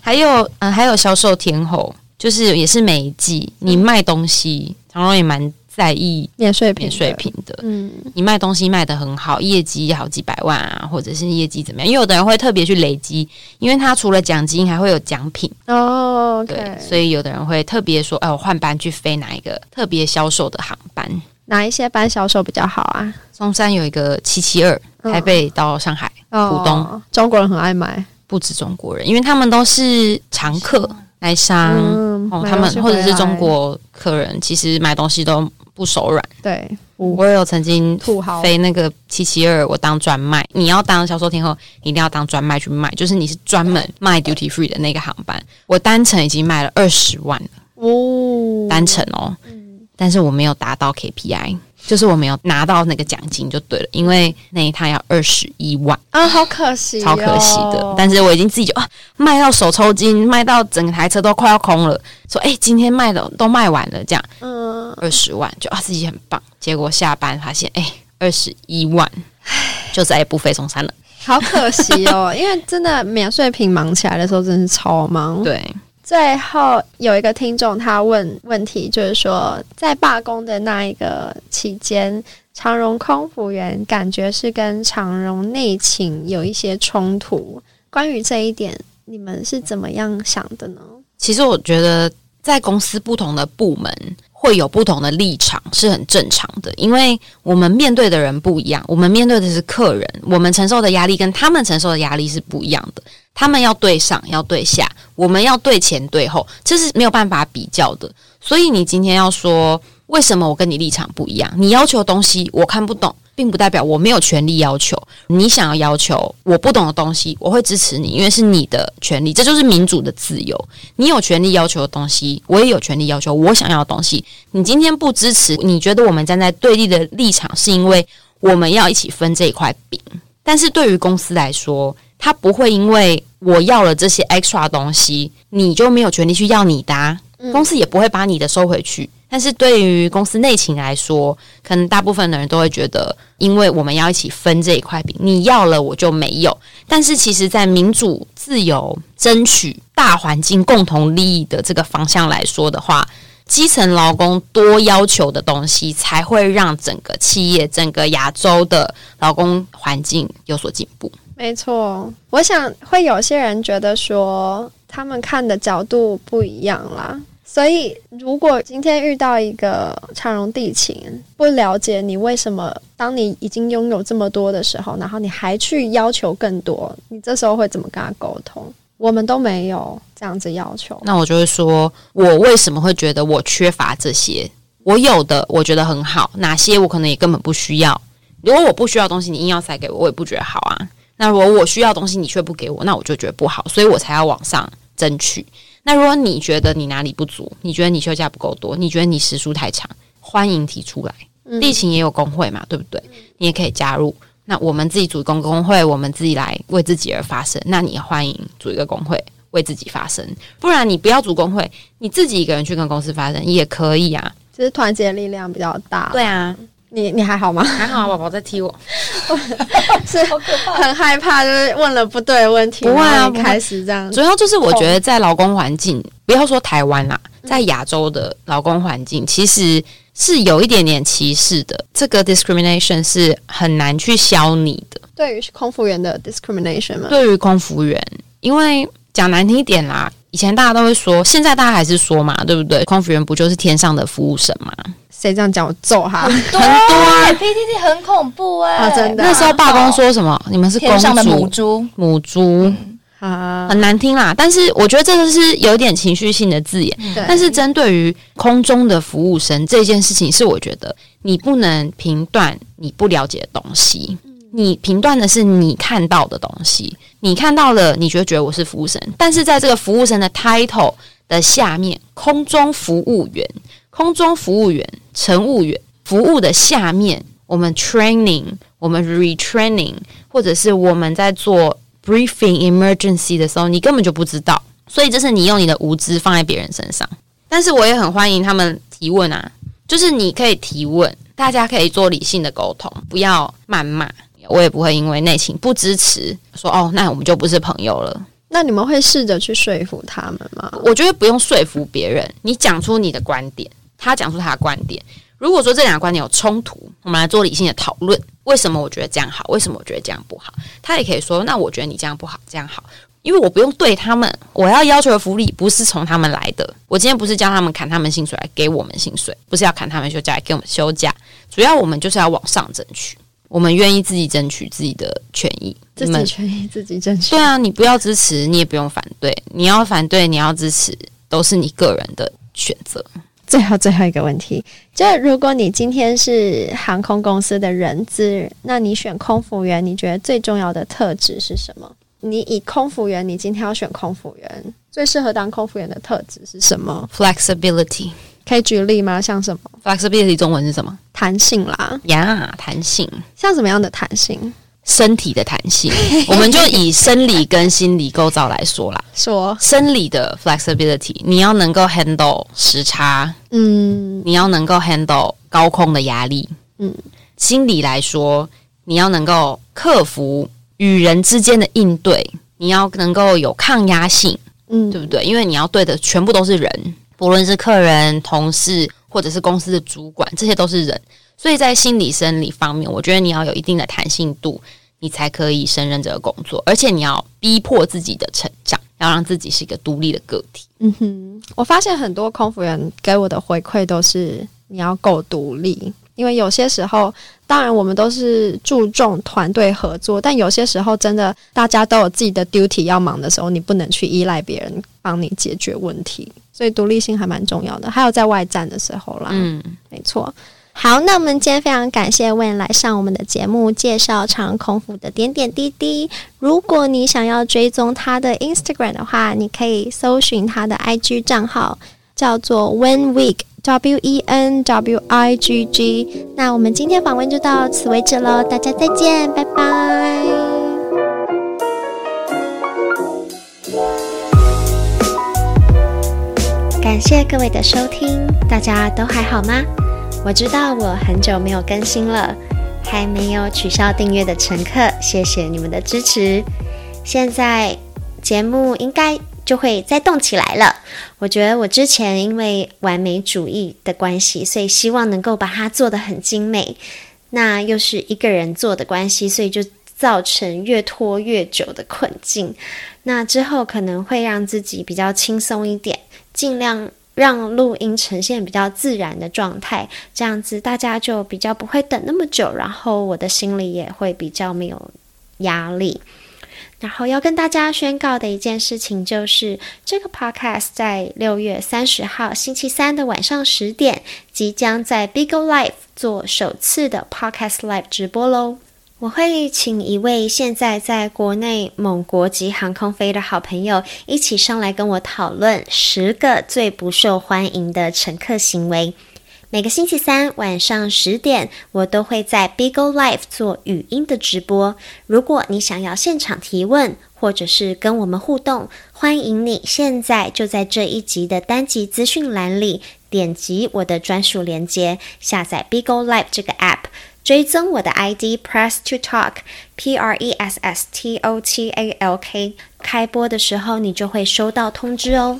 [SPEAKER 1] 还有，嗯、
[SPEAKER 2] 嗯
[SPEAKER 1] 还有销售天后，就是也是每一季你卖东西，长荣也蛮。在意
[SPEAKER 2] 免税品，
[SPEAKER 1] 免税，品的。
[SPEAKER 2] 嗯，
[SPEAKER 1] 你卖东西卖得很好，业绩好几百万啊，或者是业绩怎么样？因为有的人会特别去累积，因为他除了奖金还会有奖品，
[SPEAKER 2] 哦
[SPEAKER 1] 对
[SPEAKER 2] ，OK，
[SPEAKER 1] 所以有的人会特别说，哎、我换班去飞哪一个特别销售的航班。
[SPEAKER 2] 哪一些班销售比较好啊？
[SPEAKER 1] 松山有一个七七二，
[SPEAKER 2] 嗯
[SPEAKER 1] 台北到上海、
[SPEAKER 2] 哦
[SPEAKER 1] 浦东，
[SPEAKER 2] 中国人很爱买，
[SPEAKER 1] 不止中国人，因为他们都是常客来商。
[SPEAKER 2] 嗯
[SPEAKER 1] 哦，
[SPEAKER 2] 买
[SPEAKER 1] 他
[SPEAKER 2] 东
[SPEAKER 1] 们
[SPEAKER 2] 西
[SPEAKER 1] 或者是
[SPEAKER 2] 回来
[SPEAKER 1] 中国客人，其实买东西都不手软。
[SPEAKER 2] 对
[SPEAKER 1] 我有曾经
[SPEAKER 2] 土豪，
[SPEAKER 1] 飞那个七七二，我当专卖。你要当销售天后，你一定要当专卖去卖，就是你是专门卖 duty free 的那个航班。我单程已经卖了二十万了，
[SPEAKER 2] 哦，嗯
[SPEAKER 1] 单程哦，但是我没有达到 KPI，就是我没有拿到那个奖金就对了，因为那一趟要二十一万，
[SPEAKER 2] 啊，好可惜、哦
[SPEAKER 1] 超可惜的。但是我已经自己就啊卖到手抽筋，卖到整台车都快要空了，说哎、今天卖的都卖完了，这样
[SPEAKER 2] 嗯，
[SPEAKER 1] 二十万就啊自己很棒，结果下班发现哎二十一万，就再也不飞松山了。
[SPEAKER 2] 好可惜哦，因为真的免税品忙起来的时候真是超忙。
[SPEAKER 1] 对，
[SPEAKER 2] 最后有一个听众他问问题，就是说在罢工的那一个期间，长荣空服员感觉是跟长荣内勤有一些冲突，关于这一点，你们是怎么样想的呢？
[SPEAKER 1] 其实我觉得在公司不同的部门会有不同的立场是很正常的，因为我们面对的人不一样，我们面对的是客人，我们承受的压力跟他们承受的压力是不一样的。他们要对上，要对下，我们要对前对后，这是没有办法比较的。所以你今天要说为什么我跟你立场不一样，你要求的东西我看不懂，并不代表我没有权利要求。你想要要求我不懂的东西，我会支持你，因为是你的权利，这就是民主的自由。你有权利要求的东西，我也有权利要求我想要的东西。你今天不支持，你觉得我们站在对立的立场，是因为我们要一起分这一块饼。但是对于公司来说，它不会因为我要了这些 extra 东西，你就没有权利去要你的、啊，公司也不会把你的收回去。但是对于公司内勤来说，可能大部分的人都会觉得，因为我们要一起分这一块饼，你要了我就没有。但是其实，在民主、自由、争取大环境共同利益的这个方向来说的话，基层劳工多要求的东西，才会让整个企业、整个亚洲的劳工环境有所进步。
[SPEAKER 2] 没错，我想会有些人觉得说他们看的角度不一样啦。所以，如果今天遇到一个长荣地勤，不了解你为什么，当你已经拥有这么多的时候，然后你还去要求更多，你这时候会怎么跟他沟通？我们都没有这样子要求，
[SPEAKER 1] 那我就会说，我为什么会觉得我缺乏这些？我有的我觉得很好，哪些我可能也根本不需要。如果我不需要的东西，你硬要塞给我，我也不觉得好啊。那如果我需要的东西你却不给我，那我就觉得不好，所以我才要往上争取。那如果你觉得你哪里不足，你觉得你休假不够多，你觉得你时数太长，欢迎提出来。
[SPEAKER 2] 嗯
[SPEAKER 1] 地勤也有工会嘛，对不对？你也可以加入。那我们自己组一个工会，我们自己来为自己而发声。那你也欢迎组一个工会为自己发声，不然你不要组工会，你自己一个人去跟公司发声也可以啊。
[SPEAKER 2] 只是团结力量比较大。，
[SPEAKER 1] 啊，
[SPEAKER 2] 你你还好吗？
[SPEAKER 1] 还好啊宝宝在踢我，
[SPEAKER 2] 是很害怕，就是问了不对的问题，
[SPEAKER 1] 不会啊
[SPEAKER 2] 然后你
[SPEAKER 1] 不会
[SPEAKER 2] 开始这样
[SPEAKER 1] 主要就是我觉得在劳工环境，不要说台湾啦，在亚洲的劳工环境其实是有一点点歧视的，这个 discrimination 是很难去消弭的。
[SPEAKER 2] 对于空服员的 discrimination 吗？
[SPEAKER 1] 对于空服员，因为讲难听一点啦，以前大家都会说，现在大家还是说嘛，对不对？空服员不就是天上的服务生嘛？
[SPEAKER 2] 谁这样讲我揍 [laughs] 他！
[SPEAKER 4] 对，PTT 很恐怖哎、
[SPEAKER 5] 哦
[SPEAKER 2] 啊真的
[SPEAKER 1] 那时候罢工说什么？你们是公
[SPEAKER 4] 天上的母
[SPEAKER 1] 主、
[SPEAKER 4] 猪，
[SPEAKER 1] 母猪，
[SPEAKER 2] 啊，
[SPEAKER 1] 很难听啦。但是我觉得这个是有一点情绪性的字眼。
[SPEAKER 2] 对
[SPEAKER 1] 但是针对于空中的服务生这件事情，是我觉得你不能评断你不了解的东西。你评断的是你看到的东西，你看到了，你就觉得我是服务生，但是在这个服务生的 title 的下面，空中服务员、空中服务员、乘务员服务的下面，我们 training、我们 retraining，或者是我们在做 briefing emergency 的时候，你根本就不知道，所以这是你用你的无知放在别人身上。但是我也很欢迎他们提问啊，就是你可以提问，大家可以做理性的沟通，不要谩骂。我也不会因为内情不支持说哦，那我们就不是朋友了。
[SPEAKER 2] 那你们会试着去说服他们吗？
[SPEAKER 1] 我觉得不用说服别人，你讲出你的观点，他讲出他的观点。如果说这两个观点有冲突，我们来做理性的讨论，为什么我觉得这样好，为什么我觉得这样不好？他也可以说，那我觉得你这样不好，这样好。因为我不用对他们，我要要求的福利不是从他们来的。我今天不是叫他们砍他们薪水来给我们薪水，不是要砍他们休假来给我们休假。主要我们就是要往上争取，我们愿意自己争取自己的权益。
[SPEAKER 2] 自
[SPEAKER 1] 你
[SPEAKER 2] 己
[SPEAKER 1] 们
[SPEAKER 2] 权益自己争取
[SPEAKER 1] 对。啊，你不要支持，你也不用反对。你要反对，你要支持，都是你个人的选择。
[SPEAKER 2] 最后最后一个问题，
[SPEAKER 5] 就如果你今天是航空公司的人资，那你选空服员，你觉得最重要的特质是什么？你以空服员，你今天要选空服员，最适合当空服员的特质是什么？
[SPEAKER 1] Flexibility，flexibility
[SPEAKER 5] 可以举例吗？像什么
[SPEAKER 1] Flexibility 中文是什么？
[SPEAKER 5] 弹性啦，
[SPEAKER 1] 呀，弹性，
[SPEAKER 5] 像什么样的弹性？
[SPEAKER 1] 身体的弹性。我们就以生理跟心理构造来说啦。
[SPEAKER 5] 说，
[SPEAKER 1] 生理的 flexibility，你要能够 handle 时差，
[SPEAKER 5] 嗯，
[SPEAKER 1] 你要能够 handle 高空的压力。
[SPEAKER 5] 嗯
[SPEAKER 1] 嗯，心理来说，你要能够克服与人之间的应对，你要能够有抗压性。
[SPEAKER 5] 嗯，
[SPEAKER 1] 对不对？因为你要对的全部都是人，不论是客人、同事，或者是公司的主管，这些都是人。所以在心理生理方面，我觉得你要有一定的弹性度，你才可以胜任这个工作，而且你要逼迫自己的成长，要让自己是一个独立的个体。
[SPEAKER 5] 嗯哼，我发现很多空服员给我的回馈都是你要够独立，因为有些时候，当然我们都是注重团队合作，但有些时候真的大家都有自己的 duty 要忙的时候，你不能去依赖别人帮你解决问题，所以独立性还蛮重要的。还有在外站的时候啦，
[SPEAKER 1] 嗯，
[SPEAKER 5] 没错，
[SPEAKER 2] 好，那我们今天非常感谢 Win 来上我们的节目，介绍长荣空服的点点滴滴。如果你想要追踪他的 Instagram 的话，你可以搜寻他的 IG 账号，叫做 Win Week。W E N W I G G，那我们今天访问就到此为止喽，大家再见，拜拜。
[SPEAKER 3] 感谢各位的收听，大家都还好吗？我知道我很久没有更新了，还没有取消订阅的乘客，谢谢你们的支持。现在节目应该就会再动起来了。我觉得我之前因为完美主义的关系，所以希望能够把它做得很精美。那又是一个人做的关系，所以就造成越拖越久的困境。那之后可能会让自己比较轻松一点。尽量让录音呈现比较自然的状态，这样子大家就比较不会等那么久，然后我的心里也会比较没有压力。然后要跟大家宣告的一件事情就是，这个 podcast 在六月三十号星期三的晚上十点，即将在 Bigo Live 做首次的 podcast live 直播喽。我会请一位现在在国内某国籍航空飞的好朋友一起上来跟我讨论十个最不受欢迎的乘客行为。每个星期三晚上十点，我都会在 Bigo Live 做语音的直播。如果你想要现场提问，或者是跟我们互动，欢迎你现在就在这一集的单集资讯栏里点击我的专属链接，下载 Bigo Live 这个 App。追踪我的 ID Press to Talk P R E S S T O T A L K，开播的时候你就会收到通知哦。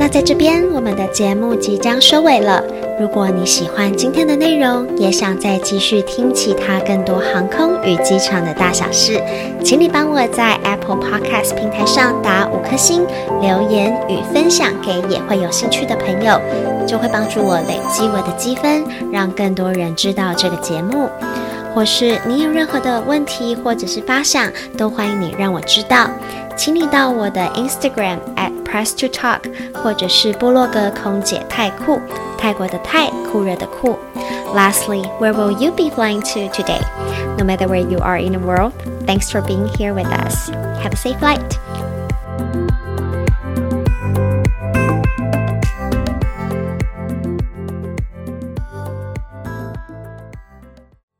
[SPEAKER 3] 那在这边，我们的节目即将收尾了。如果你喜欢今天的内容，也想再继续听其他更多航空与机场的大小事，请你帮我在 Apple Podcast 平台上打五颗星，留言与分享给也会有兴趣的朋友，就会帮助我累积我的积分，让更多人知道这个节目。或是你有任何的问题或者是发想，都欢迎你让我知道。请你到我的 Instagram at press to talk，或者是部落格空姐太酷，泰国的泰，酷热的酷。Lastly, where will you be flying to today? No matter where you are in the world, thanks for being here with us. Have a safe flight.